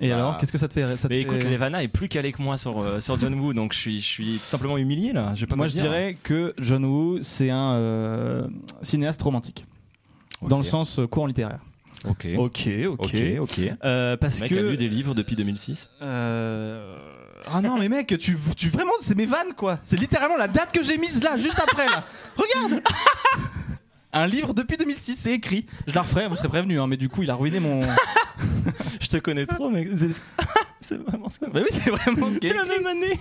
[SPEAKER 2] Et
[SPEAKER 3] Bah.
[SPEAKER 2] alors, qu'est-ce que ça te fait, ça te
[SPEAKER 3] Mais
[SPEAKER 2] fait-
[SPEAKER 3] écoute, Levana est plus calée que moi sur, euh, sur John Woo, donc je suis, je suis tout simplement humilié là. Je vais pas
[SPEAKER 2] Moi,
[SPEAKER 3] quoi
[SPEAKER 2] je
[SPEAKER 3] dire. hein.
[SPEAKER 2] dirais que John Woo, c'est un euh, cinéaste romantique,
[SPEAKER 3] Ok,
[SPEAKER 2] dans le sens euh, courant littéraire.
[SPEAKER 3] Ok, ok,
[SPEAKER 2] Ok, ok.
[SPEAKER 3] ok.
[SPEAKER 2] Euh, parce
[SPEAKER 3] Le mec
[SPEAKER 2] que.
[SPEAKER 3] a lu des livres depuis 2006.
[SPEAKER 2] Euh, Ah non, mais mec, tu, tu vraiment, c'est mes vannes quoi. C'est littéralement la date que j'ai mise là, juste après là. Regarde Un livre depuis 2006, c'est écrit. Je la referai, vous serez prévenu, mais du coup, il a ruiné mon.
[SPEAKER 3] Je te connais trop, mec. c'est vraiment ça.
[SPEAKER 2] mais oui, c'est vraiment ce qui est
[SPEAKER 3] la même année.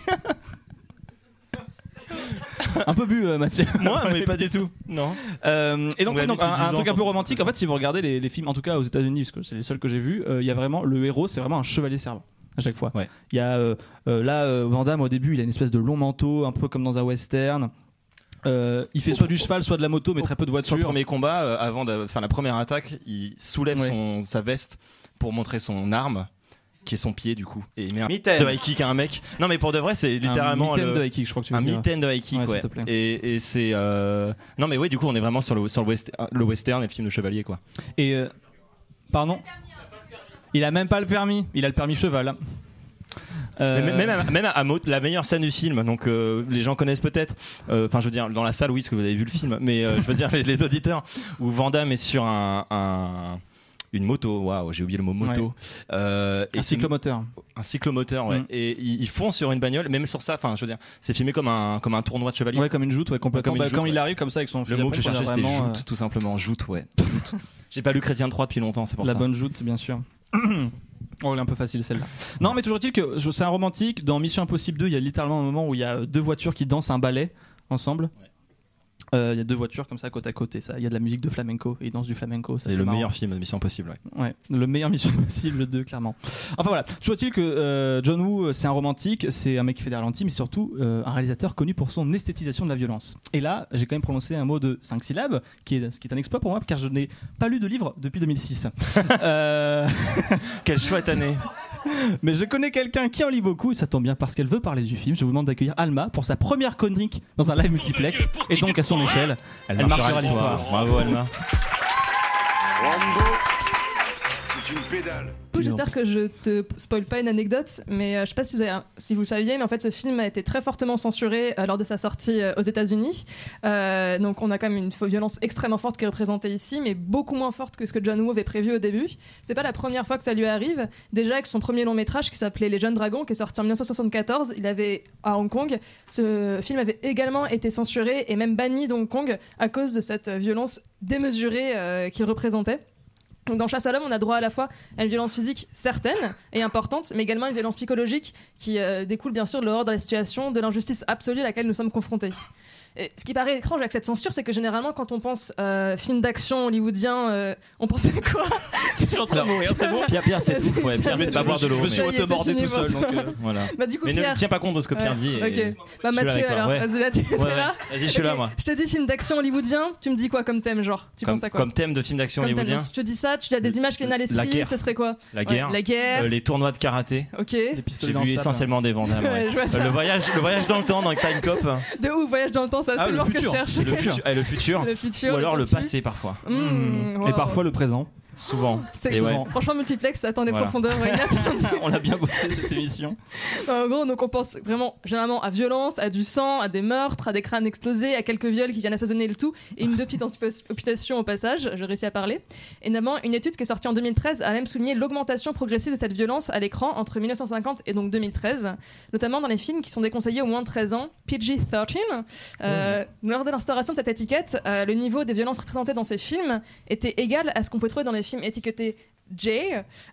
[SPEAKER 2] Un peu bu, euh, Mathieu.
[SPEAKER 3] Moi, mais pas du tout. Non.
[SPEAKER 2] Euh, et donc,
[SPEAKER 3] On
[SPEAKER 2] ouais, donc,
[SPEAKER 3] habite depuis
[SPEAKER 2] un, un
[SPEAKER 3] 10
[SPEAKER 2] truc
[SPEAKER 3] ans,
[SPEAKER 2] un peu
[SPEAKER 3] sans-
[SPEAKER 2] romantique. En fait, si vous regardez les, les films, en tout cas aux États-Unis, parce que c'est les seuls que j'ai vus, euh, il y a vraiment le héros, c'est vraiment un chevalier servant à chaque fois.
[SPEAKER 3] Ouais.
[SPEAKER 2] Il y a euh, euh, là euh, Van Damme, au début, il a une espèce de long manteau, un peu comme dans un western. Euh, il fait soit du cheval, soit de la moto, mais très peu de
[SPEAKER 3] Sur le
[SPEAKER 2] voitures.
[SPEAKER 3] premier combat, euh, avant de faire la première attaque, il soulève
[SPEAKER 2] Ouais.
[SPEAKER 3] son, sa veste pour montrer son arme, qui est son pied du coup. Et il met un
[SPEAKER 9] Mitaine.
[SPEAKER 3] de high kick à un mec. Non, mais pour de vrai, c'est littéralement
[SPEAKER 2] un mitaine
[SPEAKER 3] le-
[SPEAKER 2] de high kick, je crois que tu veux
[SPEAKER 3] un
[SPEAKER 2] dire.
[SPEAKER 3] mitaine de high kick.
[SPEAKER 2] Ouais, s'il
[SPEAKER 3] ouais.
[SPEAKER 2] te plaît.
[SPEAKER 3] Et, et c'est euh, non, mais ouais, du coup, on est vraiment sur le sur le, west- le western et le film de chevalier quoi.
[SPEAKER 2] Et euh, pardon, il a même pas le permis. Il a le permis cheval. Euh,
[SPEAKER 3] Mais Même, à- même à Hameau, la meilleure scène du film, donc euh, les gens connaissent peut-être, euh, enfin je veux dire dans la salle oui, parce que vous avez vu le film, mais euh, je veux dire les, les auditeurs, où Vandame est sur un, un- une moto, waouh j'ai oublié le mot moto, Euh,
[SPEAKER 2] un
[SPEAKER 3] et c'est-
[SPEAKER 2] cyclomoteur.
[SPEAKER 3] un cyclomoteur, ouais.
[SPEAKER 2] Mm.
[SPEAKER 3] et ils, ils font sur une bagnole, même sur ça, enfin je veux dire, c'est filmé comme un, comme un tournoi de chevalier.
[SPEAKER 2] Ouais, comme une joute, ouais, complètement.
[SPEAKER 3] Comme une
[SPEAKER 2] Bah,
[SPEAKER 3] joute,
[SPEAKER 2] quand il
[SPEAKER 3] ouais.
[SPEAKER 2] arrive comme ça avec son
[SPEAKER 3] Le
[SPEAKER 2] fusil
[SPEAKER 3] mot
[SPEAKER 2] à
[SPEAKER 3] que je
[SPEAKER 2] pompe, on a
[SPEAKER 3] cherchais c'était
[SPEAKER 2] vraiment, euh,
[SPEAKER 3] joute, tout simplement, joute, ouais. Joute. J'ai pas lu Chrétien 3 depuis longtemps, c'est pour
[SPEAKER 2] La
[SPEAKER 3] ça.
[SPEAKER 2] bonne joute, bien sûr. Oh, elle est un peu facile celle-là. Non, mais toujours est-il que je- c'est un romantique. Dans Mission Impossible 2, il y a littéralement un moment où il y a euh, deux voitures qui dansent un ballet ensemble. Euh, Il y a deux voitures comme ça côte à côte et ça. Il y a de la musique de flamenco et ils dansent du flamenco. ça,
[SPEAKER 3] C'est le
[SPEAKER 2] marrant.
[SPEAKER 3] meilleur film de Mission Impossible, ouais.
[SPEAKER 2] Ouais, le meilleur Mission Impossible 2, clairement. Enfin voilà, toujours est-il que euh, John Woo, euh, c'est un romantique, c'est un mec qui fait des ralentis, mais surtout euh, un réalisateur connu pour son esthétisation de la violence. Et là, j'ai quand même prononcé un mot de 5 syllabes, qui est, ce qui est un exploit pour moi, car je n'ai pas lu de livre depuis 2006. euh,
[SPEAKER 3] Quelle chouette année
[SPEAKER 2] mais je connais quelqu'un qui en lit beaucoup, et ça tombe bien parce qu'elle veut parler du film. Je vous demande d'accueillir Alma pour sa première chronique dans un live multiplex, et donc à son échelle. Elle marquera l'histoire.
[SPEAKER 3] Bravo Alma.
[SPEAKER 1] Rambo, c'est une pédale.
[SPEAKER 7] Du coup, j'espère que je te spoil pas une anecdote, mais euh, je sais pas si vous, avez- si vous le saviez, mais en fait, ce film a été très fortement censuré euh, lors de sa sortie euh, aux États-Unis. Euh, donc, on a quand même une fo- violence extrêmement forte qui est représentée ici, mais beaucoup moins forte que ce que John Woo avait prévu au début. C'est pas la première fois que ça lui arrive. Déjà, avec son premier long métrage qui s'appelait Les Jeunes Dragons, qui est sorti en 1974, il avait à Hong Kong. Ce film avait également été censuré et même banni de Hong Kong à cause de cette euh, violence démesurée euh, qu'il représentait. Donc dans Chasse à l'homme, on a droit à la fois à une violence physique certaine et importante, mais également à une violence psychologique qui euh, découle bien sûr de l'horreur de la situation, de l'injustice absolue à laquelle nous sommes confrontés. Et ce qui paraît étrange avec cette censure, c'est que généralement, quand on pense euh, film d'action hollywoodien, euh, on pense à quoi
[SPEAKER 2] Je suis en train de mourir, c'est bon
[SPEAKER 3] Pierre, Pierre, c'est tout. Ouais, Pierre,
[SPEAKER 7] Je
[SPEAKER 3] c'est pas boire de l'eau.
[SPEAKER 2] Je me suis
[SPEAKER 3] mais-
[SPEAKER 7] Ça y est, c'est
[SPEAKER 2] auto-bordé
[SPEAKER 7] fini
[SPEAKER 2] tout seul.
[SPEAKER 7] pour toi.
[SPEAKER 2] donc, euh,
[SPEAKER 3] Voilà.
[SPEAKER 7] Bah du coup,
[SPEAKER 3] Mais
[SPEAKER 7] Pierre.
[SPEAKER 3] ne tiens pas compte de ce que Pierre dit.
[SPEAKER 7] Ouais,
[SPEAKER 3] et-
[SPEAKER 7] ok. Bah
[SPEAKER 3] Je suis là avec
[SPEAKER 7] Mathieu
[SPEAKER 3] toi,
[SPEAKER 7] alors,
[SPEAKER 3] ouais.
[SPEAKER 7] vas-y Mathieu, t'es
[SPEAKER 3] Ouais, ouais.
[SPEAKER 7] là
[SPEAKER 3] Vas-y, je suis là,
[SPEAKER 7] Ok,
[SPEAKER 3] moi.
[SPEAKER 7] Je te dis film d'action hollywoodien, tu me dis quoi comme thème, genre Tu
[SPEAKER 3] Comme,
[SPEAKER 7] penses à quoi
[SPEAKER 3] comme thème de film d'action
[SPEAKER 7] Comme thème,
[SPEAKER 3] hollywoodien, Euh,
[SPEAKER 7] genre, Tu te dis ça, tu as des images qui viennent à
[SPEAKER 3] La
[SPEAKER 7] l'esprit,
[SPEAKER 3] guerre.
[SPEAKER 7] ce serait quoi
[SPEAKER 3] la
[SPEAKER 7] Ouais,
[SPEAKER 3] guerre,
[SPEAKER 7] La guerre,
[SPEAKER 3] euh, les tournois de karaté.
[SPEAKER 7] ok.
[SPEAKER 2] les
[SPEAKER 3] J'ai
[SPEAKER 2] pistolets dans
[SPEAKER 3] vu
[SPEAKER 2] le sable.
[SPEAKER 3] essentiellement des Vandamme. ouais.
[SPEAKER 7] Ouais, je vois
[SPEAKER 3] Euh,
[SPEAKER 7] ça.
[SPEAKER 3] le, voyage, le voyage dans le hein. temps dans Time Cop.
[SPEAKER 7] De ouf, voyage dans le temps, c'est
[SPEAKER 2] Ah, le
[SPEAKER 7] absolument ce que je
[SPEAKER 2] futur.
[SPEAKER 7] cherche.
[SPEAKER 3] Le futur. eh, le futur.
[SPEAKER 7] Le futur,
[SPEAKER 3] Ou alors le
[SPEAKER 7] turfu.
[SPEAKER 3] passé parfois.
[SPEAKER 7] Mmh,
[SPEAKER 2] Et
[SPEAKER 7] wow.
[SPEAKER 2] parfois le présent.
[SPEAKER 3] Souvent.
[SPEAKER 7] C'est
[SPEAKER 3] Et ouais.
[SPEAKER 2] souvent.
[SPEAKER 7] Franchement, multiplex, ça attend des
[SPEAKER 3] Voilà.
[SPEAKER 7] profondeurs ouais, inattendues.
[SPEAKER 2] On l'a bien bossé cette émission.
[SPEAKER 7] En gros, donc on pense vraiment généralement à violence, à du sang, à des meurtres, à des crânes explosés, à quelques viols qui viennent assaisonner le tout, et une deux petites amputations au passage, je réussis à parler. Et notamment, une étude qui est sortie en 2013 a même souligné l'augmentation progressive de cette violence à l'écran entre 1950 et donc 2013, notamment dans les films qui sont déconseillés aux moins de 13 ans, PG-13. Euh, Lors de l'instauration de cette étiquette, euh, le niveau des violences représentées dans ces films était égal à ce qu'on pouvait trouver dans les films étiquetés J,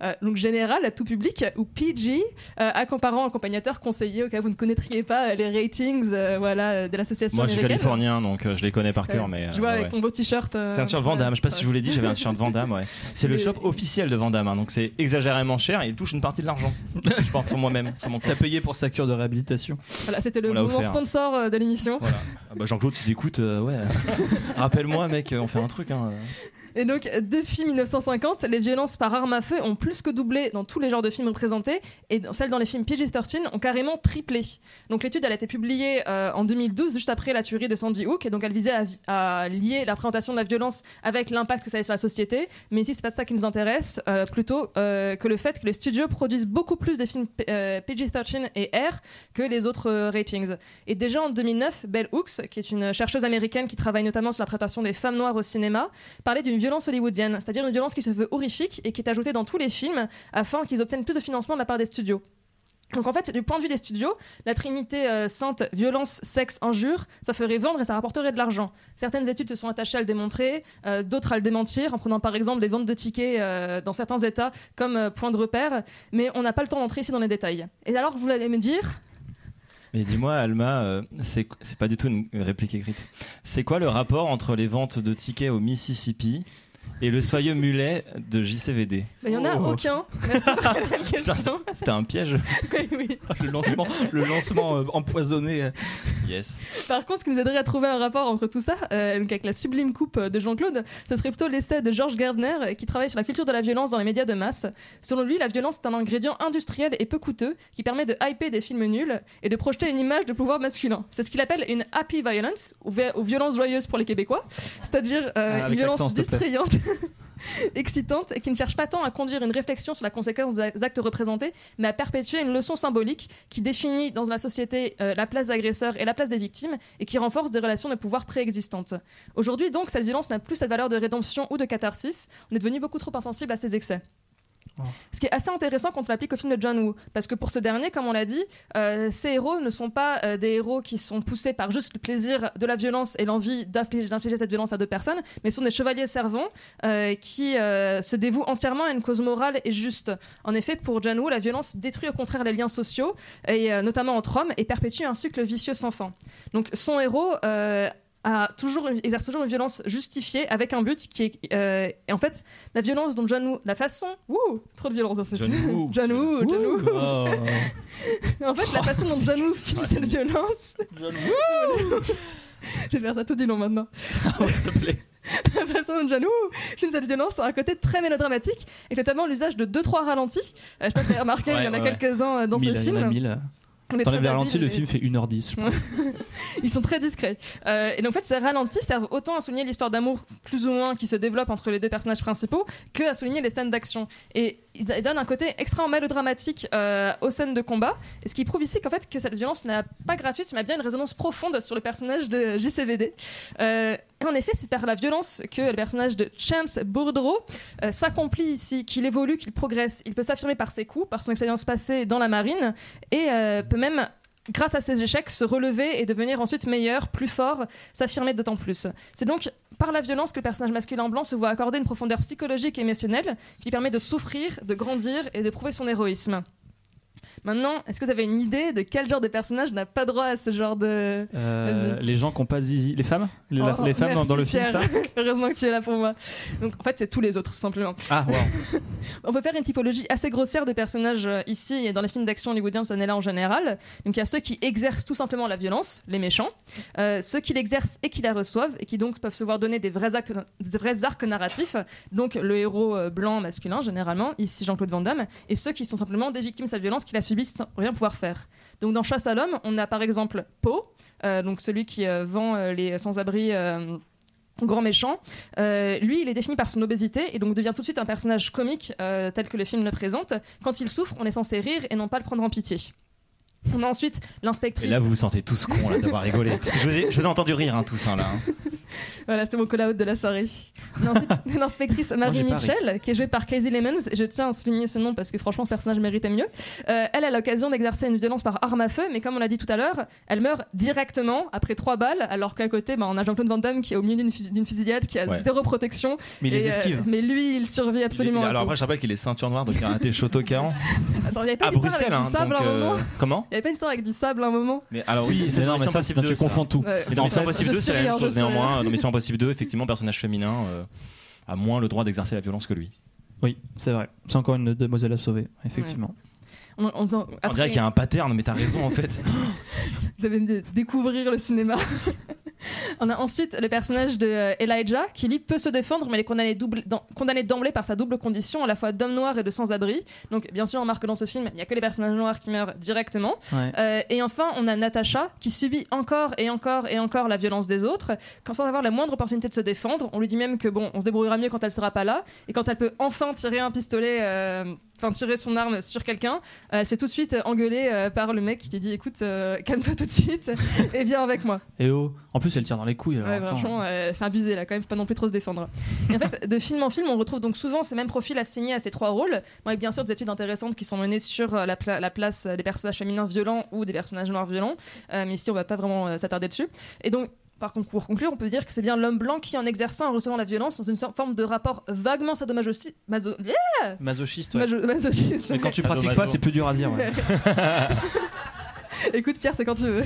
[SPEAKER 7] euh, donc général à tout public, ou PG, euh, à comparant accompagnateur conseillé au cas où vous ne connaîtriez pas euh, les ratings euh, voilà, euh, de l'association
[SPEAKER 3] Moi, je suis
[SPEAKER 7] américaine.
[SPEAKER 3] californien, donc euh, je les connais par cœur. mais, euh,
[SPEAKER 7] hein. Je vois avec
[SPEAKER 3] ouais.
[SPEAKER 7] ton beau t-shirt. euh,
[SPEAKER 3] C'est un t-shirt Vandame, je sais pas si je vous l'ai dit, j'avais un t-shirt Vandame, ouais. C'est le
[SPEAKER 7] Mais-
[SPEAKER 3] shop officiel de Vandame, hein, donc c'est exagérément cher et il touche une partie de l'argent. Je porte sur moi-même, sur mon compte.
[SPEAKER 2] T'as payé pour sa cure de réhabilitation.
[SPEAKER 7] Voilà, c'était le
[SPEAKER 3] On l'a
[SPEAKER 7] moment
[SPEAKER 3] offert.
[SPEAKER 7] sponsor euh, de l'émission.
[SPEAKER 3] Ah bah Jean-Claude, si t'écoutes, euh, ouais. Rappelle-moi, mec, euh, on fait un truc. Hein.
[SPEAKER 7] Et donc, euh, depuis 1950, les violences par arme à feu ont plus que doublé dans tous les genres de films représentés et dans- celles dans les films PG-13 ont carrément triplé. Donc l'étude elle a été publiée euh, en 2012 juste après la tuerie de Sandy Hook et donc elle visait à, à lier la présentation de la violence avec l'impact que ça a sur la société. Mais ici c'est pas ça qui nous intéresse, euh, plutôt euh, que le fait que les studios produisent beaucoup plus de films P- euh, PG-13 et R que les autres euh, ratings. Et déjà en 2009, Bell Hooks, qui est une chercheuse américaine qui travaille notamment sur la présentation des femmes noires au cinéma, parlait d'une violence hollywoodienne, c'est-à-dire une violence qui se veut horrifique et qui est ajoutée dans tous les films afin qu'ils obtiennent plus de financement de la part des studios. Donc en fait, du point de vue des studios, la trinité euh, sainte violence, sexe, injure, ça ferait vendre et ça rapporterait de l'argent. Certaines études se sont attachées à le démontrer, euh, d'autres à le démentir, en prenant par exemple les ventes de tickets euh, dans certains États comme euh, point de repère, mais on n'a pas le temps d'entrer ici dans les détails. Et alors, vous allez me dire,
[SPEAKER 3] Mais dis-moi, Alma, euh, c'est c'est pas du tout une réplique écrite. C'est quoi le rapport entre les ventes de tickets au Mississippi et le soyeux mulet de JCVD
[SPEAKER 7] bah, il n'y en a
[SPEAKER 3] Oh.
[SPEAKER 7] aucun. Merci pour la question.
[SPEAKER 3] C'était un piège.
[SPEAKER 7] Oui, oui.
[SPEAKER 2] le lancement, le lancement euh, empoisonné.
[SPEAKER 3] Yes.
[SPEAKER 7] Par contre, ce qui nous aiderait à trouver un rapport entre tout ça, euh, donc avec la sublime coupe euh, de Jean-Claude, ce serait plutôt l'essai de George Gardner euh, qui travaille sur la culture de la violence dans les médias de masse. Selon lui, la violence est un ingrédient industriel et peu coûteux qui permet de hyper des films nuls et de projeter une image de pouvoir masculin. C'est ce qu'il appelle une happy violence, ou, vi- ou violence joyeuse pour les Québécois, c'est-à-dire euh,
[SPEAKER 2] Ah, avec
[SPEAKER 7] une
[SPEAKER 2] l'accent,
[SPEAKER 7] violence
[SPEAKER 2] s'il te plaît.
[SPEAKER 7] distrayante. excitante et qui ne cherche pas tant à conduire une réflexion sur la conséquence des actes représentés, mais à perpétuer une leçon symbolique qui définit dans la société euh, la place d'agresseurs et la place des victimes et qui renforce des relations de pouvoir préexistantes. Aujourd'hui donc, cette violence n'a plus cette valeur de rédemption ou de catharsis, on est devenu beaucoup trop insensible à ses excès.
[SPEAKER 2] Oh.
[SPEAKER 7] Ce qui est assez intéressant quand on l'applique au film de John Woo, parce que pour ce dernier, comme on l'a dit, euh, ces héros ne sont pas euh, des héros qui sont poussés par juste le plaisir de la violence et l'envie d'affliger d'infliger cette violence à deux personnes, mais sont des chevaliers servants euh, qui euh, se dévouent entièrement à une cause morale et juste. En effet, pour John Woo, la violence détruit au contraire les liens sociaux, et euh, notamment entre hommes, et perpétue un cycle vicieux sans fin. Donc son héros euh, a toujours, exerce toujours une violence justifiée avec un but qui est. euh, et en fait, la violence dont John Woo, la façon. Ouh, trop de violence en fait.
[SPEAKER 3] John Woo.
[SPEAKER 7] John Woo, John Woo.
[SPEAKER 2] Oh.
[SPEAKER 7] En fait,
[SPEAKER 3] Oh,
[SPEAKER 7] la façon dont John Woo finit cette violence. Je vais faire ça tout du long maintenant.
[SPEAKER 3] Ah,
[SPEAKER 7] La façon dont John Woo finit cette violence a un côté très mélodramatique, et notamment l'usage de 2-3 ralentis. Euh, je sais pas si vous avez remarqué,
[SPEAKER 3] Ouais,
[SPEAKER 7] il y en a
[SPEAKER 3] ouais, ouais.
[SPEAKER 7] quelques-uns euh, dans
[SPEAKER 2] Mille,
[SPEAKER 7] ce
[SPEAKER 2] il y en a
[SPEAKER 7] film.
[SPEAKER 2] mille.
[SPEAKER 7] On
[SPEAKER 2] T'enlèves
[SPEAKER 7] est très
[SPEAKER 2] les ralentis,
[SPEAKER 7] habiles,
[SPEAKER 2] le
[SPEAKER 7] mais
[SPEAKER 2] film fait 1h10, je pense.
[SPEAKER 7] Ils sont très discrets. Euh, et donc, en fait, ces ralentis servent autant à souligner l'histoire d'amour plus ou moins qui se développe entre les deux personnages principaux que à souligner les scènes d'action. Et ils ils donnent un côté extra mélodramatique euh, aux scènes de combat, et ce qui prouve ici qu'en fait que cette violence n'est pas gratuite, mais bien une résonance profonde sur le personnage de JCVD. Euh, et en effet, c'est par la violence que le personnage de Chance Bourdreau euh, s'accomplit ici, qu'il évolue, qu'il progresse. Il peut s'affirmer par ses coups, par son expérience passée dans la marine, et euh, peut même grâce à ses échecs, se relever et devenir ensuite meilleur, plus fort, s'affirmer d'autant plus. C'est donc par la violence que le personnage masculin blanc se voit accorder une profondeur psychologique et émotionnelle qui lui permet de souffrir, de grandir et de prouver son héroïsme. Maintenant, est-ce que vous avez une idée de quel genre de personnage n'a pas droit à ce genre de...
[SPEAKER 2] Euh,
[SPEAKER 7] Vas-y.
[SPEAKER 2] les gens qui n'ont pas zizi. Les femmes Les, la-
[SPEAKER 7] Oh,
[SPEAKER 2] les femmes dans, dans le
[SPEAKER 7] merci,
[SPEAKER 2] film, ça
[SPEAKER 7] Pierre. Heureusement que tu es là pour moi. Donc en fait, c'est tous les autres, tout simplement.
[SPEAKER 2] Ah, wow.
[SPEAKER 7] On peut faire une typologie assez grossière de personnages euh, ici et dans les films d'action hollywoodiens cette année-là en général. Donc il y a ceux qui exercent tout simplement la violence, les méchants, euh, ceux qui l'exercent et qui la reçoivent et qui donc peuvent se voir donner des vrais, actes, des vrais arcs narratifs, donc le héros euh, blanc masculin généralement, ici Jean-Claude Van Damme, et ceux qui sont simplement des victimes de cette violence qui la subissent sans rien pouvoir faire. Donc dans Chasse à l'homme, on a par exemple Poe, euh, donc celui qui euh, vend euh, les sans-abri. euh, Grand méchant, euh, lui, il est défini par son obésité et donc devient tout de suite un personnage comique euh, tel que le film le présente. Quand il souffre, on est censé rire et non pas le prendre en pitié. On a ensuite
[SPEAKER 3] Et
[SPEAKER 7] l'inspectrice.
[SPEAKER 3] là, vous vous sentez tous cons là, d'avoir rigolé. Parce que je vous ai, je vous ai entendu rire, hein, tous, hein, là. hein.
[SPEAKER 7] Voilà, c'est mon call-out de la soirée. On a ensuite l'inspectrice Marie
[SPEAKER 2] j'ai pas
[SPEAKER 7] Mitchell, qui est jouée par Casey Lemons. Et je tiens à souligner ce nom parce que franchement, ce personnage méritait mieux. Euh, elle a l'occasion d'exercer une violence par arme à feu, mais comme on l'a dit tout à l'heure, elle meurt directement après trois balles, alors qu'à côté, bah, on a Jean-Claude Van Damme qui est au milieu d'une fusi- d'une fusillade, qui a
[SPEAKER 3] Ouais.
[SPEAKER 7] zéro protection.
[SPEAKER 2] Mais il les
[SPEAKER 7] Et, euh,
[SPEAKER 2] esquive.
[SPEAKER 7] mais lui, il survit absolument.
[SPEAKER 3] Il est-
[SPEAKER 7] à
[SPEAKER 3] alors
[SPEAKER 7] tout.
[SPEAKER 3] après, je rappelle qu'il est ceinture noire de karaté Shotokan
[SPEAKER 7] Attends, il y avait pas
[SPEAKER 3] à
[SPEAKER 7] une histoire
[SPEAKER 3] Bruxelles.
[SPEAKER 7] avec
[SPEAKER 3] Hein,
[SPEAKER 7] du sable
[SPEAKER 3] donc,
[SPEAKER 7] à un
[SPEAKER 3] euh,
[SPEAKER 7] moment
[SPEAKER 3] comment
[SPEAKER 7] Il y avait pas une histoire avec du sable à un moment
[SPEAKER 3] Mais alors
[SPEAKER 2] Si,
[SPEAKER 3] oui,
[SPEAKER 2] mais non, mais ça,
[SPEAKER 3] Impossible
[SPEAKER 2] c'est- tu
[SPEAKER 3] 2, ça.
[SPEAKER 2] confonds tout.
[SPEAKER 7] Ouais,
[SPEAKER 3] Mais dans Mission
[SPEAKER 7] peut-être.
[SPEAKER 3] Impossible
[SPEAKER 7] Je
[SPEAKER 3] 2, c'est la
[SPEAKER 7] suis
[SPEAKER 3] même
[SPEAKER 7] rire,
[SPEAKER 3] chose
[SPEAKER 7] je suis rire.
[SPEAKER 3] néanmoins. euh, Dans Mission Impossible 2, effectivement, personnage féminin euh, a moins le droit d'exercer la violence que lui.
[SPEAKER 2] Oui, c'est vrai. C'est encore une demoiselle à sauver, effectivement.
[SPEAKER 7] On, on- on-
[SPEAKER 3] On
[SPEAKER 7] après,
[SPEAKER 3] dirait qu'il y a un pattern, mais t'as raison en fait.
[SPEAKER 7] Vous allez dé- découvrir le cinéma. On a ensuite le personnage de euh, Elijah qui lui peut se défendre mais il est condamné, double- dans- condamné d'emblée par sa double condition à la fois d'homme noir et de sans-abri. Donc bien sûr on remarque que dans ce film il n'y a que les personnages noirs qui meurent directement.
[SPEAKER 2] Ouais.
[SPEAKER 7] Euh, et enfin on a Natasha qui subit encore et encore et encore la violence des autres quand sans avoir la moindre opportunité de se défendre. On lui dit même que bon on se débrouillera mieux quand elle sera pas là et quand elle peut enfin tirer un pistolet... euh, Enfin, tirer son arme sur quelqu'un, euh, elle se fait tout de suite euh, engueuler euh, par le mec qui lui dit écoute euh, calme-toi tout de suite et viens avec moi.
[SPEAKER 2] Et oh, en plus elle tire dans les couilles. alors
[SPEAKER 7] Ouais,
[SPEAKER 2] attends.
[SPEAKER 7] franchement, euh, c'est abusé là quand même, faut pas non plus trop se défendre. Et en fait, de film en film, on retrouve donc souvent ces mêmes profils assignés à ces trois rôles, bon, avec bien sûr des études intéressantes qui sont menées sur euh, la, pla- la place euh, des personnages féminins violents ou des personnages noirs violents, Euh, mais ici on va pas vraiment euh, s'attarder dessus. Et donc, par contre, pour conclure, on peut dire que c'est bien l'homme blanc qui, en exerçant et en recevant la violence, dans une sorte- forme de rapport vaguement sadomasochiste. maso-
[SPEAKER 10] Masochiste, ouais.
[SPEAKER 7] maso- masochiste.
[SPEAKER 10] Mais quand tu pratiques pas,
[SPEAKER 3] hein.
[SPEAKER 2] Sadomaso.
[SPEAKER 10] c'est plus dur à dire. ouais.
[SPEAKER 7] Écoute, Pierre, c'est quand tu veux.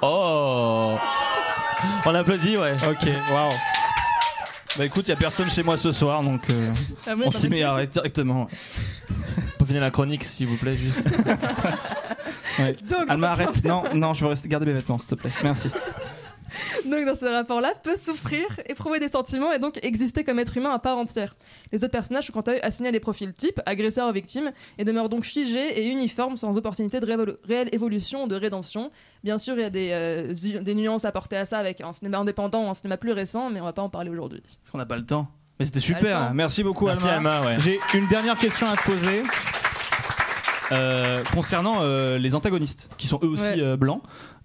[SPEAKER 10] Oh On applaudit, ouais.
[SPEAKER 2] Ok, waouh.
[SPEAKER 10] Bah écoute, il a personne chez moi ce soir, donc euh,
[SPEAKER 7] Ah, moi,
[SPEAKER 10] on
[SPEAKER 7] t'en
[SPEAKER 10] s'y
[SPEAKER 7] as
[SPEAKER 10] met hein.
[SPEAKER 7] dit.
[SPEAKER 10] à arrêter directement.
[SPEAKER 3] Pour finir la chronique, s'il vous plaît, juste.
[SPEAKER 7] Donc,
[SPEAKER 2] Alma, arrête. Non, non, je veux rester- garder mes vêtements, s'il te plaît. Merci.
[SPEAKER 7] Donc dans ce rapport-là, peut souffrir, éprouver des sentiments et donc exister comme être humain à part entière. Les autres personnages sont quant à eux assignés à des profils types, agresseurs ou victimes, et demeurent donc figés et uniformes sans opportunité de révolu- réelle évolution ou de rédemption. Bien sûr, il y a des, euh, zu- des nuances apportées à ça avec un cinéma indépendant ou un cinéma plus récent, mais on va pas en parler aujourd'hui.
[SPEAKER 2] Parce qu'on n'a pas le temps. Mais c'était
[SPEAKER 7] Pas le
[SPEAKER 2] super.
[SPEAKER 7] temps.
[SPEAKER 2] Merci beaucoup,
[SPEAKER 10] Merci
[SPEAKER 2] Alma.
[SPEAKER 10] Alma, ouais.
[SPEAKER 2] J'ai une dernière question à te poser. Euh, concernant euh, les antagonistes, qui sont eux aussi
[SPEAKER 7] Ouais.
[SPEAKER 2] euh, blancs,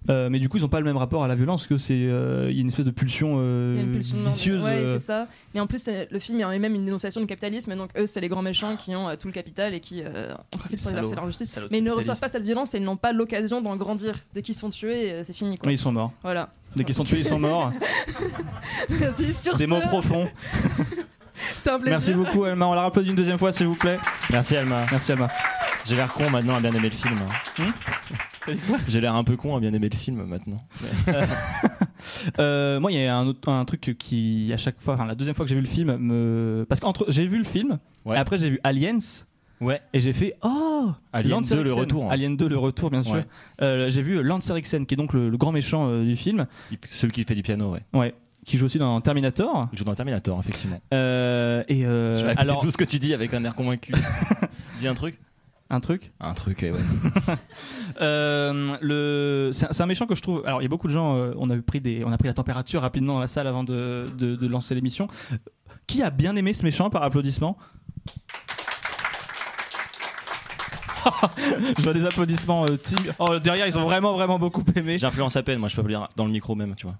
[SPEAKER 2] Euh, mais du coup ils n'ont pas le même rapport à la violence, parce que c'est euh, il y a une espèce de pulsion, euh,
[SPEAKER 7] Il y a une pulsion de mort.
[SPEAKER 2] vicieuse.
[SPEAKER 7] Ouais,
[SPEAKER 2] euh,
[SPEAKER 7] c'est ça. Mais en plus, c'est- le film il y a même une dénonciation du capitalisme, donc eux, c'est les grands méchants qui ont euh, tout le capital et qui euh, en profitent pour
[SPEAKER 2] Salauds.
[SPEAKER 7] exercer leur justice.
[SPEAKER 2] Salauds
[SPEAKER 7] Mais ils ne
[SPEAKER 2] capitalistes.
[SPEAKER 7] reçoivent pas cette violence et ils n'ont pas l'occasion d'en grandir. Dès qu'ils sont tués, euh, c'est fini. Quoi.
[SPEAKER 2] ils sont morts.
[SPEAKER 7] Voilà.
[SPEAKER 2] Dès qu'ils sont tués, ils sont morts.
[SPEAKER 7] Vas-y, sur
[SPEAKER 2] Des
[SPEAKER 7] ce,
[SPEAKER 2] mots profonds.
[SPEAKER 7] C'était un plaisir.
[SPEAKER 2] Merci beaucoup, Alma. On la rapplaudit une deuxième fois, s'il vous plaît.
[SPEAKER 3] Merci Alma.
[SPEAKER 2] Merci, Alma.
[SPEAKER 3] J'ai l'air con maintenant à bien aimer le film. hein.
[SPEAKER 2] Hum T'as dit quoi
[SPEAKER 3] J'ai l'air un peu con à bien aimer le film maintenant.
[SPEAKER 2] Euh, moi, il y a un, autre- un truc qui, à chaque fois, enfin, la deuxième fois que j'ai vu le film, me. Parce qu'entre. J'ai vu le film,
[SPEAKER 3] Ouais.
[SPEAKER 2] et après j'ai vu Aliens.
[SPEAKER 3] Ouais.
[SPEAKER 2] Et j'ai fait Oh
[SPEAKER 3] Alien
[SPEAKER 2] Lance
[SPEAKER 3] 2, le
[SPEAKER 2] Henriksen.
[SPEAKER 3] retour, hein.
[SPEAKER 2] Alien 2, le retour, bien sûr.
[SPEAKER 3] Ouais.
[SPEAKER 2] Euh, j'ai vu Lance Henriksen, qui est donc le, le grand méchant euh, du film,
[SPEAKER 3] Il- Celui qui fait du piano, ouais.
[SPEAKER 2] ouais, qui joue aussi dans Terminator.
[SPEAKER 3] Il joue dans Terminator, effectivement.
[SPEAKER 2] Euh, et euh,
[SPEAKER 3] Je vais répéter
[SPEAKER 2] alors,
[SPEAKER 3] tout ce que tu dis avec un air convaincu. dis un truc
[SPEAKER 2] un truc.
[SPEAKER 3] Un truc, eh ouais.
[SPEAKER 2] Euh, le, c'est, un- c'est un méchant que je trouve. Alors, il y a beaucoup de gens. euh, on a eu pris des, on a pris la température rapidement dans la salle avant de, de- de lancer l'émission. Qui a bien aimé ce méchant par applaudissement Je vois des applaudissements euh, timides. Oh, derrière, ils ont vraiment, vraiment beaucoup aimé.
[SPEAKER 3] J'influence à peine, moi je peux pas le dire dans le micro même, tu vois.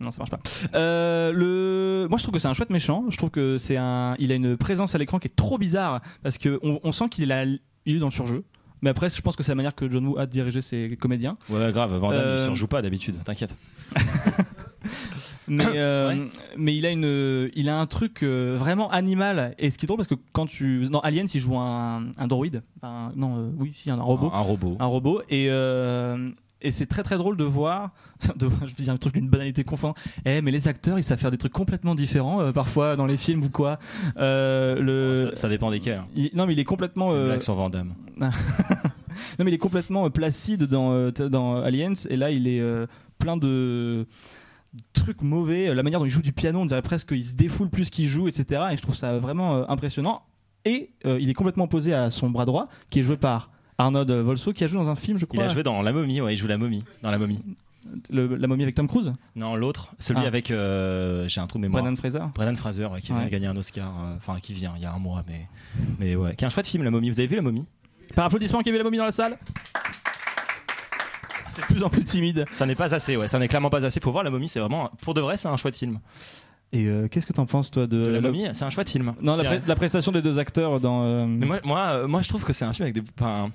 [SPEAKER 2] Non, ça marche pas. Euh, le... Moi, je trouve que c'est un chouette méchant. Je trouve que c'est un. Il a une présence à l'écran qui est trop bizarre parce que on, on sent qu'il est, là- il est dans le surjeu. Mais après, je pense que c'est la manière que John Woo a de diriger ses comédiens.
[SPEAKER 3] Ouais, grave, Van Damme,
[SPEAKER 2] Euh,
[SPEAKER 3] il surjoue pas d'habitude, t'inquiète.
[SPEAKER 2] Mais, euh, mais il a une, il a un truc euh, vraiment animal. Et ce qui est drôle parce que quand tu dans Aliens, il joue un, un droïde. Un- non, euh, oui, si, un robot.
[SPEAKER 3] Un, un robot.
[SPEAKER 2] un robot et euh, et c'est très très drôle de voir, de voir- je vais dire un truc d'une banalité confondante. Eh, mais les acteurs, ils savent faire des trucs complètement différents euh, parfois dans les films ou quoi. Euh, le,
[SPEAKER 3] Ça, ça dépend desquels. hein.
[SPEAKER 2] il- non mais il est
[SPEAKER 3] C'est
[SPEAKER 2] complètement,
[SPEAKER 3] une
[SPEAKER 2] euh,
[SPEAKER 3] blague sur Van Damme.
[SPEAKER 2] non mais il est complètement euh, placide dans euh, t- dans Aliens et là il est euh, plein de trucs mauvais. La manière dont il joue du piano, on dirait presque qu'il se défoule plus qu'il joue, etc. Et je trouve ça vraiment euh, impressionnant. Et euh, il est complètement opposé à son bras droit qui est joué par Arnold Volso qui a joué dans un film, je
[SPEAKER 3] Il
[SPEAKER 2] crois,
[SPEAKER 3] a joué dans La Momie, ouais, il joue La Momie. Dans La Momie.
[SPEAKER 2] le- La momie avec Tom Cruise.
[SPEAKER 3] Non, l'autre, celui
[SPEAKER 2] Ah.
[SPEAKER 3] avec. euh, J'ai un trou de mémoire.
[SPEAKER 2] Brennan Fraser. Ah,
[SPEAKER 3] Brennan Fraser ouais, qui vient
[SPEAKER 2] Ouais.
[SPEAKER 3] de gagner un Oscar, euh, enfin qui vient il y a un mois, mais, mais ouais. Qui a un chouette film, La Momie. Vous avez vu La Momie
[SPEAKER 2] Par applaudissement, qui avait la momie dans la salle C'est de plus en plus timide.
[SPEAKER 3] Ça n'est pas assez, ouais, ça n'est clairement pas assez. Faut voir La Momie, c'est vraiment. Pour de vrai, c'est un chouette film.
[SPEAKER 2] Et euh, qu'est-ce que t'en penses, toi, de,
[SPEAKER 3] De
[SPEAKER 2] la-
[SPEAKER 3] la Momie, c'est un chouette film.
[SPEAKER 2] Non,
[SPEAKER 3] je
[SPEAKER 2] la,
[SPEAKER 3] dirais.
[SPEAKER 2] pré- la prestation des deux acteurs dans. euh,
[SPEAKER 3] Mais moi, moi, euh, moi, je trouve que c'est un film avec des. enfin,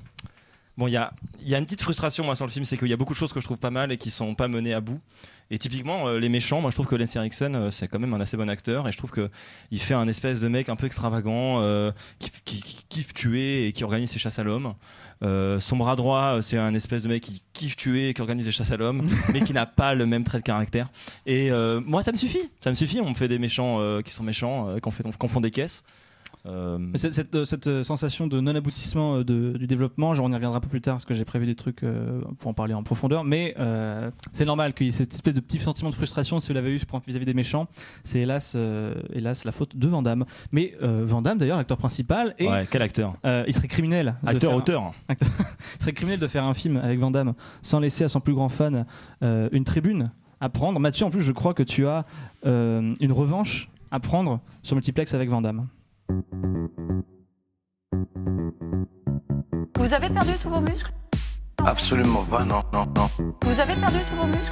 [SPEAKER 3] bon, il y a, il y a une petite frustration moi sur le film, c'est qu'il y a beaucoup de choses que je trouve pas mal et qui sont pas menées à bout. Et typiquement, euh, les méchants, moi je trouve que Lance Henriksen, euh, c'est quand même un assez bon acteur et je trouve que il fait un espèce de mec un peu extravagant euh, qui, qui- qui kiffe tuer et qui organise ses chasses à l'homme. Euh, son bras droit, euh, c'est un espèce de mec qui kiffe tuer et qui organise des chasses à l'homme, mais qui n'a pas le même trait de caractère. Et euh, moi, ça me suffit. Ça me suffit. On me fait des méchants euh, qui sont méchants, euh, qu'on fait, qu'on fond des caisses. Euh,
[SPEAKER 2] Mais cette, cette, euh, cette, euh, sensation de non-aboutissement euh, de- du développement, genre on y reviendra un peu plus tard parce que j'ai prévu des trucs euh, pour en parler en profondeur, mais euh, c'est normal qu'il y ait cette espèce de petit sentiment de frustration si vous l'avez eu vis-à-vis des méchants. C'est hélas, euh, hélas la faute de Van Damme. Mais euh, Van Damme, d'ailleurs, l'acteur principal, est,
[SPEAKER 3] ouais, quel acteur
[SPEAKER 2] euh, il serait criminel. de
[SPEAKER 3] Acteur,
[SPEAKER 2] faire-
[SPEAKER 3] auteur.
[SPEAKER 2] il serait criminel de faire un film avec Van Damme sans laisser à son plus grand fan euh, une tribune à prendre. Mathieu, en plus, je crois que tu as euh, une revanche à prendre sur Multiplex avec Van Damme.
[SPEAKER 11] Vous avez perdu tous vos muscles
[SPEAKER 12] Absolument pas, non, non, non.
[SPEAKER 11] Vous avez perdu tous vos muscles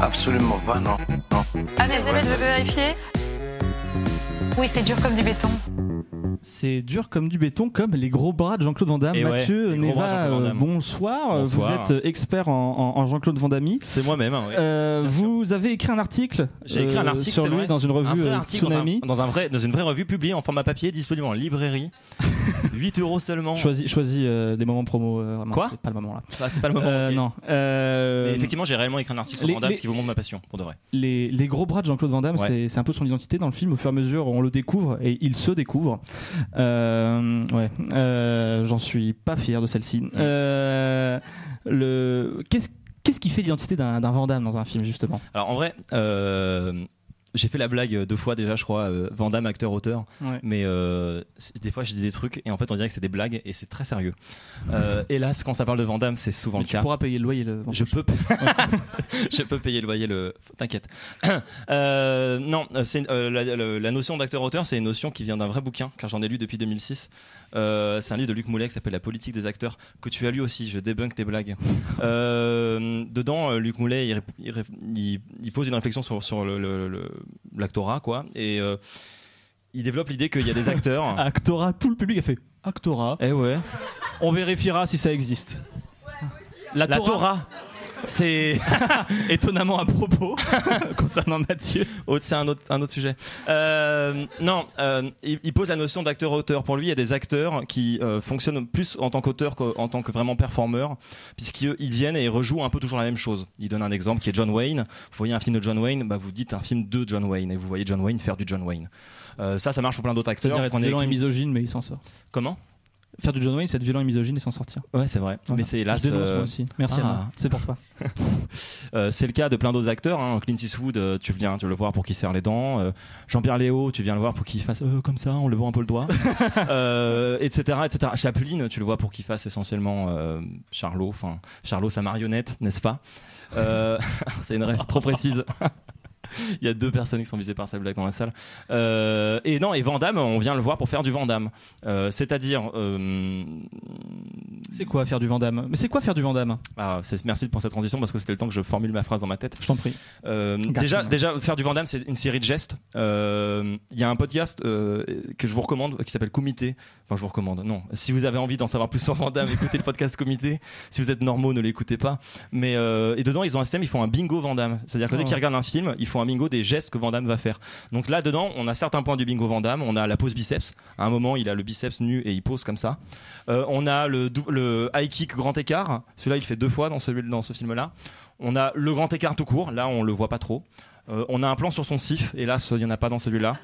[SPEAKER 12] Absolument pas, non, non.
[SPEAKER 11] Allez, vous allez vérifier. Oui, c'est dur comme du béton.
[SPEAKER 2] C'est dur comme du béton, comme les gros bras de Jean-Claude Van Damme.
[SPEAKER 3] Et Eh ouais,
[SPEAKER 2] Mathieu,
[SPEAKER 3] les gros bras de
[SPEAKER 2] Neva,
[SPEAKER 3] Jean-Claude Van
[SPEAKER 2] euh,
[SPEAKER 3] Damme.
[SPEAKER 2] bonsoir.
[SPEAKER 3] Bonsoir.
[SPEAKER 2] Vous êtes euh, expert en, en- en Jean-Claude Van Damme.
[SPEAKER 3] C'est moi-même. hein, ouais.
[SPEAKER 2] Euh, vous avez écrit un article,
[SPEAKER 3] J'ai écrit un
[SPEAKER 2] euh,
[SPEAKER 3] article
[SPEAKER 2] sur
[SPEAKER 3] c'est
[SPEAKER 2] lui
[SPEAKER 3] vrai.
[SPEAKER 2] dans une
[SPEAKER 3] Un
[SPEAKER 2] revue
[SPEAKER 3] vrai
[SPEAKER 2] euh,
[SPEAKER 3] article dans un-
[SPEAKER 2] Tsunami.
[SPEAKER 3] dans, un vrai, dans une vraie revue publiée en format papier disponible en librairie. 8 euros seulement.
[SPEAKER 2] Choisis, choisis, euh, des moments promo. euh, vraiment,
[SPEAKER 3] Quoi
[SPEAKER 2] C'est pas le moment là.
[SPEAKER 3] Ah, c'est pas le moment.
[SPEAKER 2] Euh,
[SPEAKER 3] ok.
[SPEAKER 2] Non. Euh,
[SPEAKER 3] Mais effectivement, j'ai réellement écrit un article sur
[SPEAKER 2] les-
[SPEAKER 3] Van Damme,
[SPEAKER 2] les-
[SPEAKER 3] ce qui vous montre ma passion, pour de vrai.
[SPEAKER 2] les, les gros bras de Jean-Claude Van Damme,
[SPEAKER 3] Ouais.
[SPEAKER 2] c'est- c'est un peu son identité dans le film. Au fur et à mesure, on le découvre et il se découvre. Euh, ouais, Euh, j'en suis pas fier de celle-ci.
[SPEAKER 3] Mm.
[SPEAKER 2] Euh, le qu'est-ce qu'est-ce qui fait l'identité d'un d'un Van Damme dans un film justement
[SPEAKER 3] Alors en vrai, euh, j'ai fait la blague euh, deux fois déjà, je crois, euh, Van Damme, acteur, auteur.
[SPEAKER 2] Ouais.
[SPEAKER 3] Mais euh, c'est- des fois, je dis des trucs et en fait, on dirait que c'est des blagues et c'est très sérieux. Euh, hélas, quand ça parle de Van Damme, c'est souvent
[SPEAKER 2] Mais
[SPEAKER 3] le
[SPEAKER 2] Tu
[SPEAKER 3] cas.
[SPEAKER 2] pourras payer le loyer. Le...
[SPEAKER 3] Je peux, je peux payer le loyer, le... t'inquiète. Euh, non, euh, c'est, euh, la, la- la notion d'acteur-auteur, c'est une notion qui vient d'un vrai bouquin, car j'en ai lu depuis 2006. Euh, c'est un livre de Luc Moulet qui s'appelle La politique des acteurs, que tu as lu aussi, je débunk tes blagues. Euh, dedans, euh, Luc Moulet, il, rép- il rép- il- il pose une réflexion sur, sur le- le- le- l'actorat, quoi, et euh, il développe l'idée qu'il y a des acteurs...
[SPEAKER 2] Actora, tout le public a fait Actora.
[SPEAKER 3] Ah. Eh ouais.
[SPEAKER 2] On vérifiera si ça existe.
[SPEAKER 3] La Torah c'est
[SPEAKER 2] étonnamment à propos concernant Mathieu.
[SPEAKER 3] Autre- Oh, c'est un autre, un autre sujet. Euh, non, euh, il, il pose la notion d'acteur-auteur. Pour lui, il y a des acteurs qui euh, fonctionnent plus en tant qu'auteur qu'en tant que vraiment performeur, puisqu'ils ils viennent et ils rejouent un peu toujours la même chose. Il donne un exemple qui est John Wayne. Vous voyez un film de John Wayne, bah vous dites un film de John Wayne et vous voyez John Wayne faire du John Wayne. Euh, ça, ça marche pour plein d'autres acteurs.
[SPEAKER 2] C'est-à-dire être
[SPEAKER 3] Prenez-
[SPEAKER 2] violent et misogyne, mais il s'en sort.
[SPEAKER 3] Comment
[SPEAKER 2] Faire du John Wayne, c'est être violent et misogyne et s'en sortir.
[SPEAKER 3] Ouais, c'est vrai.
[SPEAKER 2] Voilà.
[SPEAKER 3] Mais c'est hélas.
[SPEAKER 2] Je dénonce
[SPEAKER 3] euh,
[SPEAKER 2] moi aussi. Merci.
[SPEAKER 3] ah.
[SPEAKER 2] Arnaud. C'est pour toi.
[SPEAKER 3] Euh, c'est le cas de plein d'autres acteurs. hein. Clint Eastwood, euh, tu viens tu le voir pour qu'il serre les dents. Euh, Jean-Pierre Léo, tu viens le voir pour qu'il fasse euh, comme ça, on le voit un peu le doigt. Euh, etc., etc. Chaplin, tu le vois pour qu'il fasse essentiellement euh, Charlot, enfin Charlot sa marionnette, n'est-ce pas Euh, C'est une rêve trop précise. Il y a deux personnes qui sont visées par sa blague dans la salle. Euh, et non, et Van Damme, on vient le voir pour faire du Van Damme. Euh, C'est-à-dire. euh,
[SPEAKER 2] C'est quoi faire du Vandame Mais c'est quoi faire du Vandame
[SPEAKER 3] ah, c'est- merci pour cette transition parce que c'était le temps que je formule ma phrase dans ma tête.
[SPEAKER 2] Je t'en prie.
[SPEAKER 3] Euh,
[SPEAKER 2] Gotcha.
[SPEAKER 3] déjà, déjà, faire du Vandame, c'est une série de gestes. Euh, Il y a un podcast euh, que je vous recommande euh, qui s'appelle Comité. Enfin, je vous recommande. Non, si vous avez envie d'en savoir plus sur Vandame, écoutez le podcast Comité. Si vous êtes normaux, ne l'écoutez pas. Mais euh, et dedans, ils ont un système. Ils font un bingo Vandame. C'est-à-dire que dès
[SPEAKER 2] Oh.
[SPEAKER 3] qu'ils regardent un film, ils font un bingo des gestes que Vandame va faire. Donc là, dedans, on a certains points du bingo Vandame. On a la pose biceps. À un moment, il a le biceps nu et il pose comme ça. Euh, on a le, dou- le high kick grand écart. Celui-là, il fait deux fois dans, celui, dans ce film-là. On a le grand écart tout court. Là, on le voit pas trop. Euh, on a un plan sur son sif. Hélas, il y en a pas dans celui-là.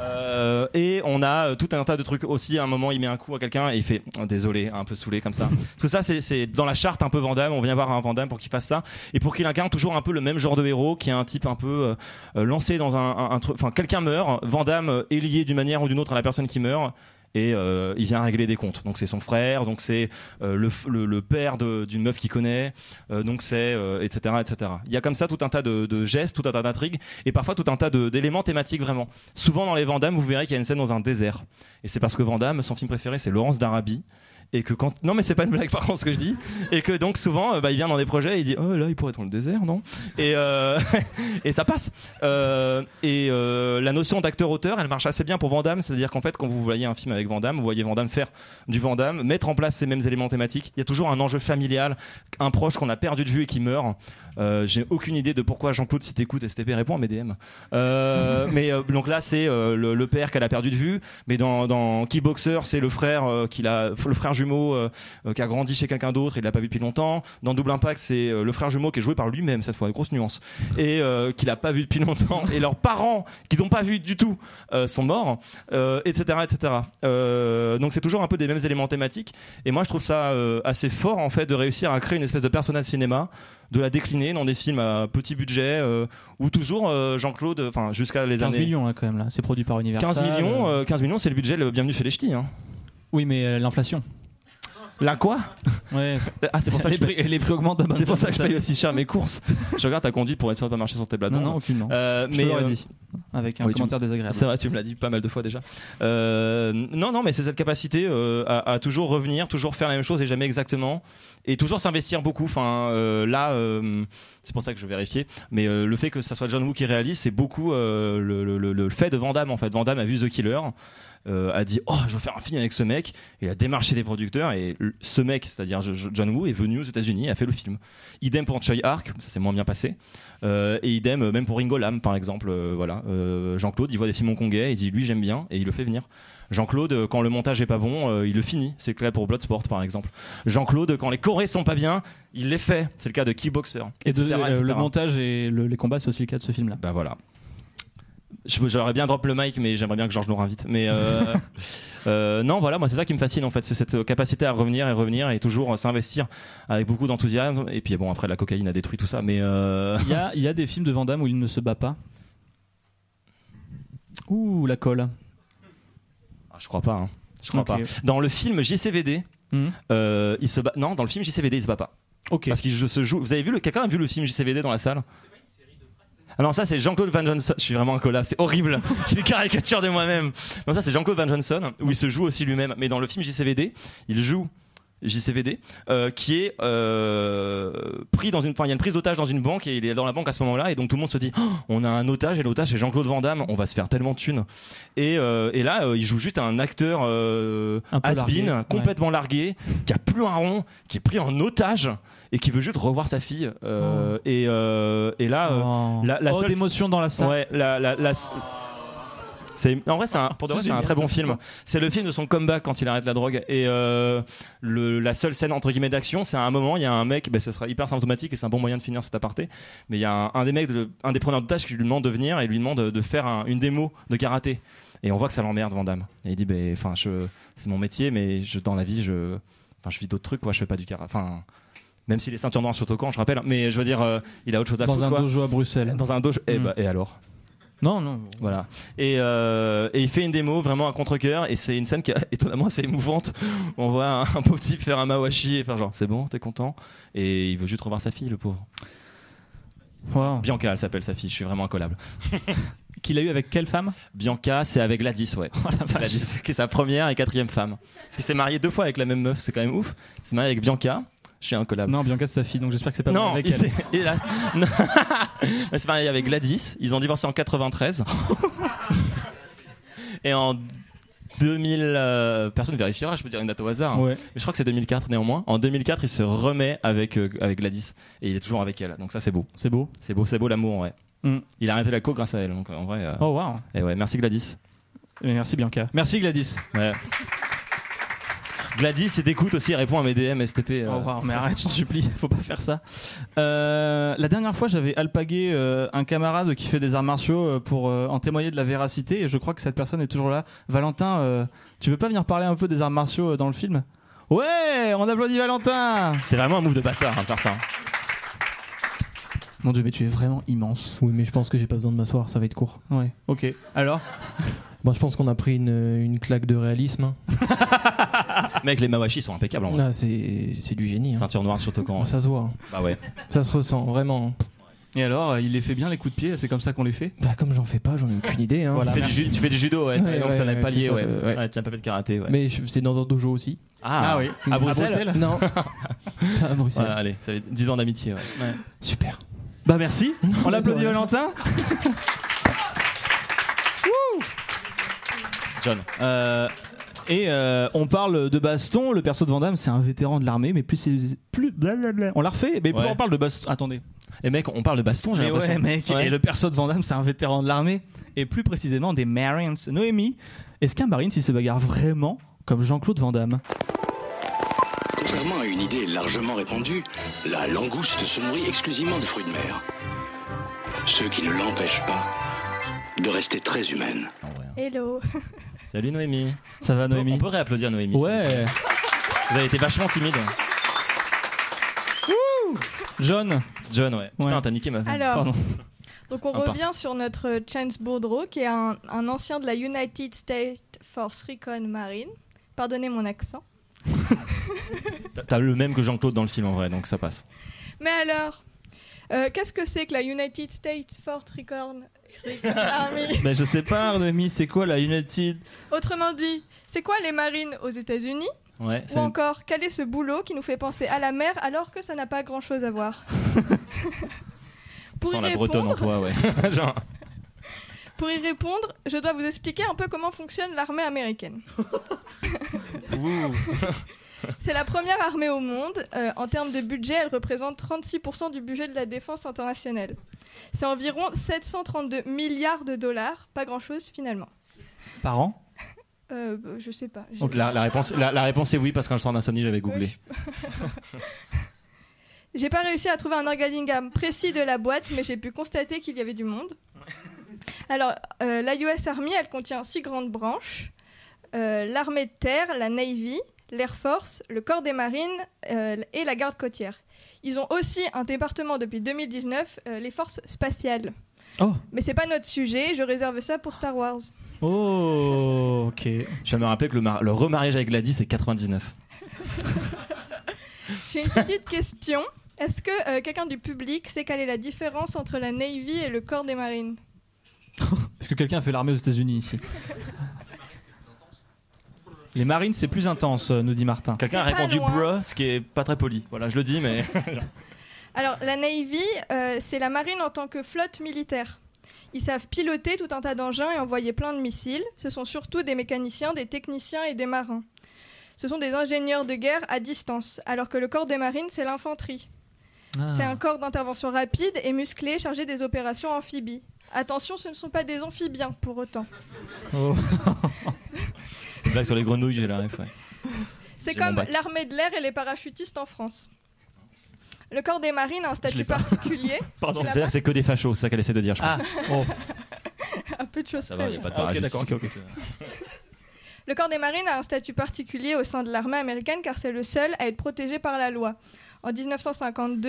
[SPEAKER 3] Euh, et on a euh, tout un tas de trucs aussi. À un moment, il met un coup à quelqu'un et il fait Oh, désolé, un peu saoulé comme ça. tout ça, c'est- c'est dans la charte un peu Vandame. On vient voir un Vandame pour qu'il fasse ça et pour qu'il incarne toujours un peu le même genre de héros qui est un type un peu euh, euh, lancé dans un, un- un truc. Enfin, quelqu'un meurt. Vandame euh, est lié d'une manière ou d'une autre à la personne qui meurt et euh, il vient régler des comptes. Donc c'est son frère, donc c'est euh, le, f- le- le père de- d'une meuf qu'il connaît, euh, donc c'est euh, etc etc. Il y a comme ça tout un tas de, de gestes, tout un tas d'intrigues et parfois tout un tas de- d'éléments thématiques vraiment. Souvent dans les Vandamme, vous verrez qu'il y a une scène dans un désert et c'est parce que Vandamme, son film préféré, c'est Laurence d'Arabie. Et que quand non mais c'est pas une blague par contre ce que je dis et que donc souvent euh, bah, il vient dans des projets et il dit oh là il pourrait être dans le désert non et euh, et ça passe euh, et euh, la notion d'acteur-auteur, elle marche assez bien pour Vandamme, c'est-à-dire qu'en fait, quand vous voyez un film avec Vandamme, vous voyez Vandamme faire du Vandamme, mettre en place ces mêmes éléments thématiques. Il y a toujours un enjeu familial, un proche qu'on a perdu de vue et qui meurt. Euh, J'ai aucune idée de pourquoi Jean-Claude, si t'écoutes, STP répond à mes DM. Euh, mais euh, donc là, c'est euh, le, le père qu'elle a perdu de vue, mais dans, dans Kickboxer, c'est le frère euh, qu'il a, le frère jumeau euh, euh, qui a grandi chez quelqu'un d'autre, il l'a pas vu depuis longtemps. Dans Double Impact, c'est euh, le frère jumeau qui est joué par lui-même cette fois, grosse nuance, et euh, qu'il a pas vu depuis longtemps. Et leurs parents, qu'ils n'ont pas vu du tout, euh, sont morts, euh, etc., etc. Euh, donc c'est toujours un peu des mêmes éléments thématiques. Et moi, je trouve ça euh, assez fort en fait de réussir à créer une espèce de personnage cinéma de la décliner dans des films à petit budget euh, ou toujours euh, Jean-Claude enfin jusqu'à les
[SPEAKER 2] 15
[SPEAKER 3] années
[SPEAKER 2] millions là quand même là, c'est produit par Universal.
[SPEAKER 3] 15 millions, euh, 15 millions, c'est le budget le bienvenu chez les ch'tis. Hein.
[SPEAKER 2] Oui, mais euh, l'inflation.
[SPEAKER 3] La quoi
[SPEAKER 2] Ouais.
[SPEAKER 3] Ah, c'est pour ça que
[SPEAKER 2] les,
[SPEAKER 3] je
[SPEAKER 2] prix,
[SPEAKER 3] paye-
[SPEAKER 2] les prix augmentent. bah, bah,
[SPEAKER 3] C'est pour ça
[SPEAKER 2] bah,
[SPEAKER 3] que je paye aussi cher mes courses. Je regarde ta conduite pour être sûr de pas marcher sur tes bladons.
[SPEAKER 2] Non, non, aucunement.
[SPEAKER 3] Euh,
[SPEAKER 2] Je te
[SPEAKER 3] mais
[SPEAKER 2] l'aurais
[SPEAKER 3] euh,
[SPEAKER 2] dit. Ah, Avec un
[SPEAKER 3] oui, tu
[SPEAKER 2] commentaire
[SPEAKER 3] me-
[SPEAKER 2] désagréable.
[SPEAKER 3] C'est vrai, tu me l'as dit pas mal de fois déjà. Euh, non, non, mais c'est cette capacité euh, à, à toujours revenir, toujours faire la même chose et jamais exactement, et toujours s'investir beaucoup. Enfin, euh, là, euh, c'est pour ça que je vérifiais. Mais euh, le fait que ça soit John Woo qui réalise, c'est beaucoup euh, le, le- le- le fait de Van Damme. En fait, Van Damme a vu The Killer. euh, a dit oh je veux faire un film avec ce mec il a démarché les producteurs et l- ce mec c'est-à-dire je- je- John Woo est venu aux États-Unis et a fait le film idem pour Choi Ark ça s'est moins bien passé Euh, et idem euh, même pour Ringo Lam par exemple euh, voilà Euh, Jean-Claude il voit des films hongkongais il dit lui j'aime bien et il le fait venir Jean-Claude euh, quand le montage est pas bon euh, il le finit c'est le cas pour Bloodsport par exemple Jean-Claude quand les Corées sont pas bien il les fait c'est le cas de Kickboxer
[SPEAKER 2] Et de-
[SPEAKER 3] etc.,
[SPEAKER 2] euh,
[SPEAKER 3] etc.
[SPEAKER 2] le montage et le- les combats, c'est aussi le cas de ce film-là.
[SPEAKER 3] Bah voilà. Je- J'aurais bien drop le mic, mais j'aimerais bien que Georges nous invite Mais euh, euh, non, voilà, moi c'est ça qui me fascine en fait, c'est cette capacité à revenir et revenir et toujours euh, s'investir avec beaucoup d'enthousiasme. Et puis bon, après la cocaïne a détruit tout ça, mais euh,
[SPEAKER 2] Il y a, il y a des films de Van Damme où il ne se bat pas. Ouh, la colle.
[SPEAKER 3] ah, je crois pas. hein. Je crois
[SPEAKER 2] Ok.
[SPEAKER 3] pas. Dans le film JCVD,
[SPEAKER 2] Mhm.
[SPEAKER 3] euh, il se bat. Non, dans le film JCVD, il se bat pas.
[SPEAKER 2] Ok.
[SPEAKER 3] Parce qu'il jou- se joue. Vous avez vu le quelqu'un a vu le film JCVD dans la salle ah non, ça c'est Jean-Claude Van Johnson. Je suis vraiment un collab, c'est horrible. J'ai des caricatures de moi-même. Non, ça c'est Jean-Claude Van Johnson, où il se joue aussi lui-même. Mais dans le film JCVD, il joue JCVD, euh, qui est euh, pris dans une. Enfin, il y a une prise d'otage dans une banque et il est dans la banque à ce moment-là. Et donc tout le monde se dit Oh, on a un otage et l'otage c'est Jean-Claude Van Damme, on va se faire tellement de thunes. Et, euh, et là, euh, il joue juste un acteur euh,
[SPEAKER 2] Un peu largué,
[SPEAKER 3] has-been,
[SPEAKER 2] ouais.
[SPEAKER 3] complètement largué, qui a plus un rond, qui est pris en otage et qui veut juste revoir sa fille. euh, et, euh, et là, euh,
[SPEAKER 2] Oh.
[SPEAKER 3] la, la
[SPEAKER 2] Oh,
[SPEAKER 3] seule-
[SPEAKER 2] d'émotion dans la salle.
[SPEAKER 3] Ouais, la, la, la- c'est en vrai, c'est un, pour de vrai, c'est un très bon film. C'est le film de son comeback quand il arrête la drogue. Et euh, le, la seule scène entre guillemets d'action, c'est à un moment, il y a un mec, ben, ce sera hyper symptomatique et c'est un bon moyen de finir cet aparté. Mais il y a un, un des mecs, de- un des preneurs d'otages qui lui demande de venir et lui demande de faire un- une démo de karaté. Et on voit que ça l'emmerde, Van Damme. Et il dit, ben, enfin, je, c'est mon métier, mais je, dans la vie, je, enfin, je vis d'autres trucs, quoi. Je fais pas du karaté. Enfin, même s'il est ceinture noire Shotokan, je rappelle. Mais je veux dire, euh, il a autre chose à
[SPEAKER 2] Dans
[SPEAKER 3] foutre,
[SPEAKER 2] un
[SPEAKER 3] quoi.
[SPEAKER 2] dojo à Bruxelles.
[SPEAKER 3] Dans un dojo. Eh
[SPEAKER 2] Mm.
[SPEAKER 3] ben, et alors
[SPEAKER 2] Non, non.
[SPEAKER 3] voilà. Et, euh, et il fait une démo vraiment à contre-coeur. Et c'est une scène qui est étonnamment assez émouvante. On voit un, un pauvre type faire un mawashi et faire genre c'est bon, t'es content. Et il veut juste revoir sa fille, le pauvre.
[SPEAKER 2] Wow.
[SPEAKER 3] Bianca, elle s'appelle sa fille. Je suis vraiment incollable.
[SPEAKER 2] Qu'il a eu avec quelle femme
[SPEAKER 3] Bianca, c'est avec Gladys, ouais. Gladys, qui est sa première et quatrième femme. Parce qu'il s'est marié deux fois avec la même meuf, c'est quand même ouf. Il s'est marié avec Bianca. Je suis incollable.
[SPEAKER 2] Non, Bianca, c'est sa fille, donc j'espère que c'est pas
[SPEAKER 3] Euh. Non,
[SPEAKER 2] avec
[SPEAKER 3] il
[SPEAKER 2] elle.
[SPEAKER 3] s'est- il a- non. Il s'est marié avec Gladys. Ils ont divorcé en 93. Et en 2000, euh, personne vérifiera, je peux dire une date au hasard. hein.
[SPEAKER 2] Ouais.
[SPEAKER 3] Mais je crois que c'est 2004 néanmoins. En 2004, il se remet avec, euh, avec Gladys et il est toujours avec elle. Donc ça, c'est beau.
[SPEAKER 2] C'est beau.
[SPEAKER 3] C'est beau, c'est beau l'amour, ouais.
[SPEAKER 2] Mm.
[SPEAKER 3] Il a arrêté la co grâce à elle. Donc en vrai, euh,
[SPEAKER 2] Oh, wow.
[SPEAKER 3] et ouais, merci Gladys.
[SPEAKER 2] Et Eh, Merci, Bianca. Merci, Gladys.
[SPEAKER 3] Ouais. Gladys, si t'écoutes aussi, répond à mes DM, STP. euh.
[SPEAKER 2] Oh, wow, mais arrête, je te supplie, faut pas faire ça. Euh, la dernière fois, j'avais alpagué euh, un camarade qui fait des arts martiaux euh, pour euh, en témoigner de la véracité, et je crois que cette personne est toujours là. Valentin, euh, tu veux pas venir parler un peu des arts martiaux euh, dans le film Ouais, on applaudit Valentin
[SPEAKER 3] C'est vraiment un move de bâtard, hein, faire ça.
[SPEAKER 2] Mon dieu, mais tu es vraiment immense.
[SPEAKER 13] Oui, mais je pense que j'ai pas besoin de m'asseoir, ça va être court.
[SPEAKER 2] Ouais, ok. Alors
[SPEAKER 13] Bon, je pense qu'on a pris une, une claque de réalisme. hein.
[SPEAKER 3] Mec, les Mawashi sont impeccables en vrai.
[SPEAKER 13] Ah, c'est c'est du génie. hein.
[SPEAKER 3] Ceinture noire, Shotokan.
[SPEAKER 13] Ça se voit, hein.
[SPEAKER 3] Bah ouais.
[SPEAKER 13] ça se ressent vraiment.
[SPEAKER 2] Et alors, euh, il les fait bien les coups de pied, c'est comme ça qu'on les fait
[SPEAKER 13] Bah, comme j'en fais pas, j'en ai aucune idée. hein.
[SPEAKER 2] Voilà.
[SPEAKER 3] tu, fais du,
[SPEAKER 2] merci.
[SPEAKER 3] ju- tu fais du judo, ouais, ça-
[SPEAKER 13] Ouais,
[SPEAKER 3] donc
[SPEAKER 13] ouais,
[SPEAKER 3] ça n'est
[SPEAKER 13] ouais,
[SPEAKER 3] pas
[SPEAKER 13] c'est
[SPEAKER 3] lié,
[SPEAKER 13] ça,
[SPEAKER 3] ouais.
[SPEAKER 13] euh, ouais.
[SPEAKER 3] Ouais, tu n'as pas fait de karaté, ouais.
[SPEAKER 13] Mais je- c'est dans un dojo aussi.
[SPEAKER 2] Ah oui.
[SPEAKER 3] à
[SPEAKER 2] À
[SPEAKER 3] Bruxelles,
[SPEAKER 2] Bruxelles
[SPEAKER 13] Non, Pas à Bruxelles.
[SPEAKER 3] Voilà, allez, ça fait 10 ans d'amitié, ouais.
[SPEAKER 13] Super.
[SPEAKER 2] Bah merci, on l'applaudit
[SPEAKER 13] de rien.
[SPEAKER 2] Valentin.
[SPEAKER 3] John.
[SPEAKER 2] Euh, et euh, on parle de Baston. Le perso de Vandamme, c'est un vétéran de l'armée, mais plus c'est plus blablabla. On l'a refait, mais plus
[SPEAKER 3] Ouais.
[SPEAKER 2] on parle de Baston. Attendez.
[SPEAKER 3] Et mec, on parle de baston, j'ai
[SPEAKER 2] Mais
[SPEAKER 3] l'impression.
[SPEAKER 2] ouais, mec.
[SPEAKER 3] Ouais.
[SPEAKER 2] Et le perso de Vandamme, c'est un vétéran de l'armée, et plus précisément des Marines. Noémie, est-ce qu'un Marine, s'il se bagarre vraiment comme Jean-Claude Vandamme
[SPEAKER 1] Contrairement à une idée largement répandue, la langouste se nourrit exclusivement de fruits de mer. Ce qui ne l'empêche pas de rester très humaine.
[SPEAKER 7] Hello.
[SPEAKER 3] Salut Noémie.
[SPEAKER 2] Ça va Noémie
[SPEAKER 3] On peut réapplaudir Noémie.
[SPEAKER 2] Ouais.
[SPEAKER 3] Vous avez été vachement timide.
[SPEAKER 2] John.
[SPEAKER 3] John, ouais. Putain,
[SPEAKER 2] Ouais.
[SPEAKER 3] t'as niqué ma vie.
[SPEAKER 7] Alors,
[SPEAKER 3] Pardon.
[SPEAKER 7] donc on
[SPEAKER 3] Un
[SPEAKER 7] revient sur notre Chance Boudreau, qui est un, un ancien de la United States Force Recon Marine. Pardonnez mon accent.
[SPEAKER 3] T'as- T'as le même que Jean-Claude dans le film en vrai, donc ça passe.
[SPEAKER 7] Mais alors, euh, qu'est-ce que c'est que la United States Ah, Force Recon Recon Army
[SPEAKER 2] Ben je sais pas, Noémie, c'est quoi la United
[SPEAKER 7] Autrement dit, c'est quoi les marines aux États-Unis
[SPEAKER 3] Ouais,
[SPEAKER 7] Ou encore, quel est ce boulot qui nous fait penser à la mer alors que ça n'a pas grand-chose à voir Pour
[SPEAKER 3] Sans
[SPEAKER 7] y
[SPEAKER 3] la bretonne en
[SPEAKER 7] répondre-
[SPEAKER 3] toi, ouais. Genre,
[SPEAKER 7] Pour y répondre, je dois vous expliquer un peu comment fonctionne l'armée américaine.
[SPEAKER 3] wouh.
[SPEAKER 7] C'est la première armée au monde. Euh, en termes de budget, elle représente 36% du budget de la défense internationale. C'est environ 732 milliards de dollars. Pas grand-chose finalement.
[SPEAKER 2] Par an
[SPEAKER 7] Euh, bah, je sais pas. j'ai-
[SPEAKER 3] Donc la, la réponse, la, la réponse est oui, parce qu'en sortant d'insomnie, j'avais googlé.
[SPEAKER 7] J'ai pas réussi à trouver un organigramme précis de la boîte, mais j'ai pu constater qu'il y avait du monde. Alors, euh, la US Army, elle contient six grandes branches Euh, l'armée de terre, la Navy, l'Air Force, le corps des marines euh, et la garde côtière. Ils ont aussi un département depuis 2019, euh, les forces spatiales.
[SPEAKER 2] Oh.
[SPEAKER 7] Mais c'est pas notre sujet, je réserve ça pour Star Wars.
[SPEAKER 3] Oh, ok. Je viens de me rappeler que le, mar- le remariage avec Gladys, c'est 99.
[SPEAKER 7] J'ai une petite question. Est-ce que euh, quelqu'un du public sait quelle est la différence entre la Navy et le corps des marines
[SPEAKER 2] Est-ce que quelqu'un a fait l'armée aux États-Unis ici Les Marines, c'est plus intense, euh, nous dit Martin.
[SPEAKER 3] Quelqu'un a
[SPEAKER 7] C'est pas
[SPEAKER 3] répondu
[SPEAKER 7] loin.
[SPEAKER 3] bruh, ce qui est pas très poli. Voilà, je le dis, mais.
[SPEAKER 7] Alors, la Navy, euh, c'est la marine en tant que flotte militaire. Ils savent piloter tout un tas d'engins et envoyer plein de missiles. Ce sont surtout des mécaniciens, des techniciens et des marins. Ce sont des ingénieurs de guerre à distance, alors que le corps des marines, c'est l'infanterie. C'est un corps d'intervention rapide et musclé chargé des opérations amphibies. Attention, ce ne sont pas des amphibiens pour autant.
[SPEAKER 3] Oh. C'est blague sur les grenouilles, j'ai la ref, ouais.
[SPEAKER 7] C'est
[SPEAKER 3] J'ai mon
[SPEAKER 7] comme
[SPEAKER 3] bac.
[SPEAKER 7] l'armée de l'air et les parachutistes en France. Le corps des marines a un statut particulier.
[SPEAKER 3] Pardon.
[SPEAKER 7] C'est la
[SPEAKER 3] C'est-à-dire que c'est que des fachos, c'est ça qu'elle essaie de dire, je crois.
[SPEAKER 7] un peu de choses
[SPEAKER 3] Ça va,
[SPEAKER 7] près,
[SPEAKER 3] il n'y a
[SPEAKER 7] ouais.
[SPEAKER 3] pas de parachute.
[SPEAKER 2] d'accord, ok,
[SPEAKER 7] Le corps des marines a un statut particulier au sein de l'armée américaine car c'est le seul à être protégé par la loi. En 1952,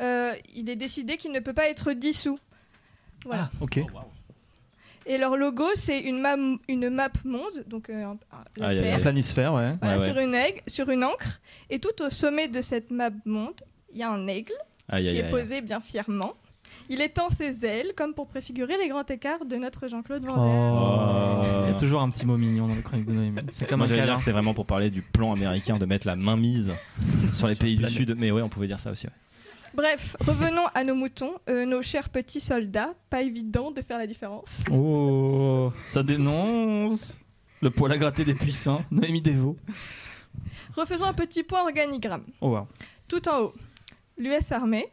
[SPEAKER 7] euh, il est décidé qu'il ne peut pas être dissous. Voilà.
[SPEAKER 2] Ok.
[SPEAKER 3] Oh,
[SPEAKER 7] Et leur logo, c'est une, mam- une map monde, donc euh, un- un- la
[SPEAKER 2] Ah, il y a- il y a
[SPEAKER 7] Terre,
[SPEAKER 2] un planisphère, ouais.
[SPEAKER 7] voilà, sur, une aigle- sur une ancre. Et tout au sommet de cette map monde, il y a un aigle
[SPEAKER 3] Aïe, aïe,
[SPEAKER 7] qui est
[SPEAKER 3] aïe.
[SPEAKER 7] posé bien fièrement. Il étend ses ailes comme pour préfigurer les grands écarts de notre Jean-Claude Van Damme.
[SPEAKER 2] Oh. Il y a toujours un petit mot mignon dans le chronique de Noémie. C'est comme
[SPEAKER 3] Moi,
[SPEAKER 2] un
[SPEAKER 3] j'allais dire
[SPEAKER 2] câlin.
[SPEAKER 3] que c'est vraiment pour parler du plan américain de mettre la main mise sur les pays du
[SPEAKER 2] planète.
[SPEAKER 3] Sud. Mais ouais, on pouvait dire ça aussi. ouais.
[SPEAKER 7] Bref, revenons à nos moutons, euh, nos chers petits soldats. Pas évident de faire la différence.
[SPEAKER 2] Oh, ça dénonce le poil à gratter des puissants. Noémie Dévaux.
[SPEAKER 7] Refaisons un petit point organigramme.
[SPEAKER 2] Oh, wow.
[SPEAKER 7] Tout en haut, l'US Armée,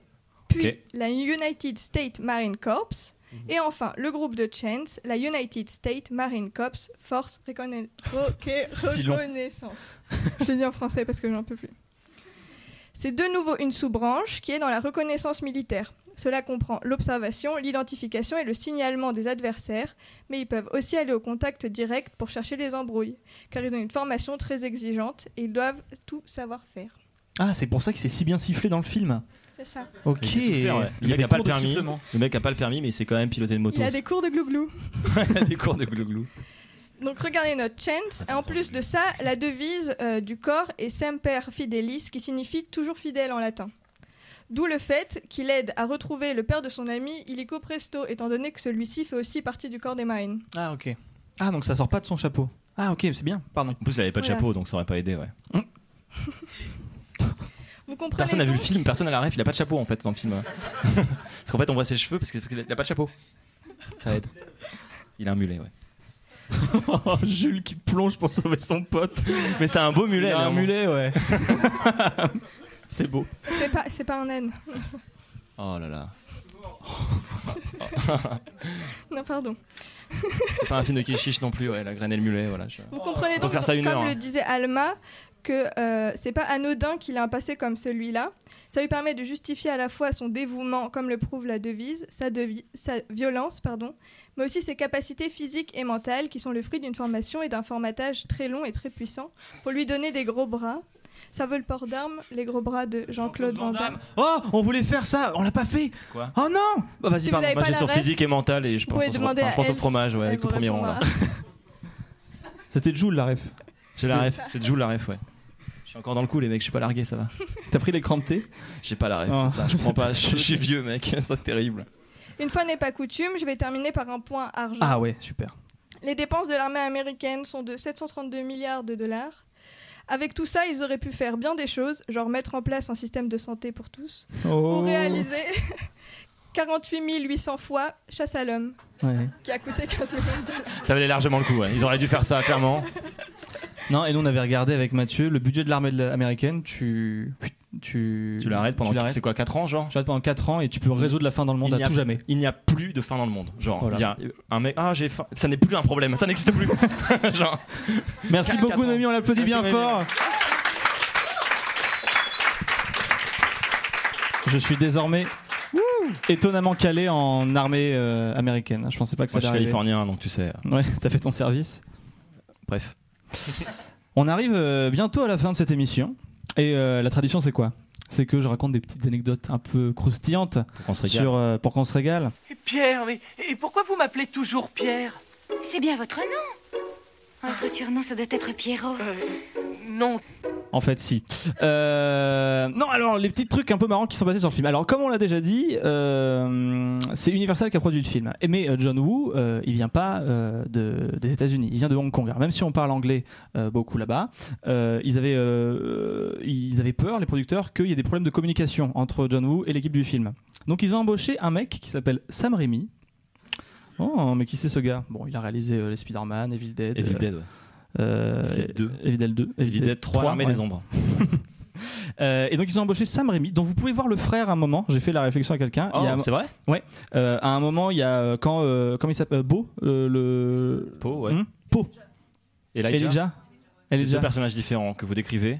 [SPEAKER 7] puis
[SPEAKER 2] Ok.
[SPEAKER 7] la United States Marine Corps, Ah,
[SPEAKER 3] Mhm.
[SPEAKER 7] et enfin le groupe de Chance, la United States Marine Corps Force Reconna- Roque-
[SPEAKER 2] Si long.
[SPEAKER 7] Reconnaissance. Je l'ai dit en français parce que j'en peux plus. C'est de nouveau une sous-branche qui est dans la reconnaissance militaire. Cela comprend l'observation, l'identification et le signalement des adversaires, mais ils peuvent aussi aller au contact direct pour chercher les embrouilles, car ils ont une formation très exigeante et ils doivent tout savoir faire.
[SPEAKER 2] Ah, c'est pour ça qu'il s'est si bien sifflé dans le film.
[SPEAKER 7] C'est ça.
[SPEAKER 2] Ok.
[SPEAKER 3] Il sait tout faire, ouais. Le
[SPEAKER 2] Il y
[SPEAKER 3] mec
[SPEAKER 2] avait
[SPEAKER 3] a pas le
[SPEAKER 2] cours de
[SPEAKER 3] permis.
[SPEAKER 2] sifflement.
[SPEAKER 3] Le mec a pas le permis, mais il s'est quand même piloté de moto.
[SPEAKER 7] Il a
[SPEAKER 3] aussi.
[SPEAKER 7] des cours de glouglou.
[SPEAKER 3] Il a des cours de glouglou.
[SPEAKER 7] Donc regardez notre chance. Et en plus de ça, la devise euh, du corps est Semper Fidelis, qui signifie toujours fidèle en latin. D'où le fait qu'il aide à retrouver le père de son ami Illico Presto, étant donné que celui-ci fait aussi partie du corps des marines.
[SPEAKER 2] Ah, ok. Ah, donc ça sort pas de son chapeau. Ah, ok, c'est bien. Pardon.
[SPEAKER 3] En plus, il avait pas de
[SPEAKER 7] Voilà.
[SPEAKER 3] chapeau, donc ça aurait pas aidé, ouais.
[SPEAKER 7] Vous comprenez
[SPEAKER 3] Personne n'a vu le
[SPEAKER 7] donc
[SPEAKER 3] film, personne à la ref, il a pas de chapeau en fait dans le film. parce qu'en fait, on voit ses cheveux parce que- parce qu'il a pas de chapeau. Ça aide. Il a un mulet, ouais.
[SPEAKER 2] Oh, Jules qui plonge pour sauver son pote.
[SPEAKER 3] Mais c'est un beau mulet.
[SPEAKER 2] Il a un
[SPEAKER 3] néanmoins.
[SPEAKER 2] mulet, ouais. c'est beau.
[SPEAKER 7] C'est pas, c'est pas un âne.
[SPEAKER 3] Oh là là.
[SPEAKER 7] non, pardon.
[SPEAKER 3] c'est pas un film de Kishish non plus, ouais, la graine et le mulet, voilà. je-
[SPEAKER 7] Vous comprenez
[SPEAKER 3] On peut
[SPEAKER 7] donc,
[SPEAKER 3] faire ça une
[SPEAKER 7] comme
[SPEAKER 3] heure,
[SPEAKER 7] le
[SPEAKER 3] hein.
[SPEAKER 7] disait Alma, que
[SPEAKER 14] que euh, c'est pas anodin qu'il ait un passé comme celui-là. Ça lui permet de justifier à la fois son dévouement, comme le prouve la devise, sa, devi- sa violence, pardon, mais aussi ses capacités physiques et mentales qui sont le fruit d'une formation et d'un formatage très long et très puissant pour lui donner des gros bras. Ça veut le port d'armes, les gros bras de Jean-Claude Van Damme.
[SPEAKER 2] Oh, on voulait faire ça, on l'a pas fait.
[SPEAKER 3] Quoi
[SPEAKER 2] Oh non
[SPEAKER 3] Bah,
[SPEAKER 14] Si
[SPEAKER 3] vas-y,
[SPEAKER 14] vous
[SPEAKER 3] pardon,
[SPEAKER 14] avez
[SPEAKER 3] moi
[SPEAKER 14] pas
[SPEAKER 3] j'ai
[SPEAKER 14] la
[SPEAKER 3] sur
[SPEAKER 14] ref,
[SPEAKER 3] physique et mental et je
[SPEAKER 14] vous
[SPEAKER 3] pense,
[SPEAKER 14] pouvez
[SPEAKER 3] au-
[SPEAKER 14] demander
[SPEAKER 3] enfin, je pense
[SPEAKER 14] à
[SPEAKER 3] au
[SPEAKER 14] elle
[SPEAKER 3] fromage, ouais,
[SPEAKER 14] si
[SPEAKER 3] avec
[SPEAKER 14] elle
[SPEAKER 3] le
[SPEAKER 14] vous
[SPEAKER 3] premier rang là.
[SPEAKER 14] répondra.
[SPEAKER 2] C'était Joule la ref.
[SPEAKER 3] J'ai la ref, c'est Joule la ref, ouais. Je suis encore dans le coup, les mecs, je suis pas largué, ça va.
[SPEAKER 2] T'as pris les crampes T
[SPEAKER 3] J'ai pas la ref,
[SPEAKER 2] Ah.
[SPEAKER 3] ça, je prends pas,
[SPEAKER 2] C'est
[SPEAKER 3] je, je suis vieux, mec, c'est terrible.
[SPEAKER 14] Une fois n'est pas coutume, je vais terminer par un point argent.
[SPEAKER 2] Ah ouais, super.
[SPEAKER 14] Les dépenses de l'armée américaine sont de 732 milliards de dollars. Avec tout ça, ils auraient pu faire bien des choses, genre mettre en place un système de santé pour tous,
[SPEAKER 2] Oh.
[SPEAKER 14] ou réaliser 48 800 fois chasse à l'homme,
[SPEAKER 2] Ouais.
[SPEAKER 14] qui a coûté 15 millions de dollars.
[SPEAKER 3] Ça valait largement le coup, ouais. Ils auraient dû faire ça, clairement.
[SPEAKER 2] Non, et nous on avait regardé avec Mathieu le budget de l'armée de la- américaine. Tu. Tu,
[SPEAKER 3] Tu l'arrêtes pendant- c'est quoi, 4 ans, genre
[SPEAKER 2] Tu l'arrêtes pendant 4 ans et tu peux résoudre la fin dans le monde
[SPEAKER 3] Il n'y
[SPEAKER 2] à
[SPEAKER 3] a-
[SPEAKER 2] tout jamais.
[SPEAKER 3] Il n'y a plus de fin dans le monde. Genre,
[SPEAKER 2] Voilà.
[SPEAKER 3] il y a un mec, ah, j'ai faim. Ça n'est plus un problème, ça n'existe plus. genre.
[SPEAKER 2] Merci
[SPEAKER 3] Quatre-
[SPEAKER 2] beaucoup,
[SPEAKER 3] quatre ans.
[SPEAKER 2] Noémie, on l'applaudit
[SPEAKER 3] Merci,
[SPEAKER 2] bien fort.
[SPEAKER 3] Noémie.
[SPEAKER 2] Je suis désormais étonnamment calé en armée euh, américaine. Je pensais pas que ça
[SPEAKER 3] Moi, je suis
[SPEAKER 2] allait arriver.
[SPEAKER 3] californien, donc tu sais.
[SPEAKER 2] Ouais, t'as fait ton service.
[SPEAKER 3] Bref.
[SPEAKER 2] On arrive euh, bientôt à la fin de cette émission. Et euh, la tradition, c'est quoi C'est que je raconte des petites anecdotes un peu croustillantes
[SPEAKER 3] qu'on se régale.
[SPEAKER 2] sur, euh, pour qu'on se régale.
[SPEAKER 15] Pierre, mais et pourquoi vous m'appelez toujours Pierre
[SPEAKER 16] C'est bien votre nom. Votre surnom, ça doit être Pierrot.
[SPEAKER 14] Euh,
[SPEAKER 15] Non.
[SPEAKER 2] En fait, si. Euh, non, alors les petits trucs un peu marrants qui sont passés sur le film. Alors, comme on l'a déjà dit, euh, c'est Universal qui a produit le film. Et mais euh, John Woo, euh, il vient pas euh, de, des États-Unis. Il vient de Hong Kong. Alors, même si on parle anglais euh, beaucoup là-bas, euh, ils avaient euh, ils avaient peur les producteurs qu'il y ait des problèmes de communication entre John Woo et l'équipe du film. Donc, ils ont embauché un mec qui s'appelle Sam Raimi. Oh, mais qui c'est ce gars Bon, il a réalisé euh, les Spider-Man, Evil Dead.
[SPEAKER 3] Evil
[SPEAKER 2] euh,
[SPEAKER 3] Dead, ouais.
[SPEAKER 2] euh,
[SPEAKER 3] Evil Dead 2.
[SPEAKER 2] Evil Dead 2.
[SPEAKER 3] Evil Dead 3, Armée des Ombres.
[SPEAKER 2] Euh, et donc ils ont embauché Sam Raimi, dont vous pouvez voir le frère à un moment. J'ai fait la réflexion à quelqu'un.
[SPEAKER 3] Oh,
[SPEAKER 2] Il y a-
[SPEAKER 3] c'est vrai
[SPEAKER 2] Ouais. Euh, à un moment, il y a euh, quand euh, comment il s'appelle euh, Beau euh, le
[SPEAKER 3] Po, ouais.
[SPEAKER 2] Po.
[SPEAKER 3] Elijah.
[SPEAKER 2] Elijah.
[SPEAKER 3] C'est
[SPEAKER 2] Elijah.
[SPEAKER 3] deux personnages différents que vous décrivez.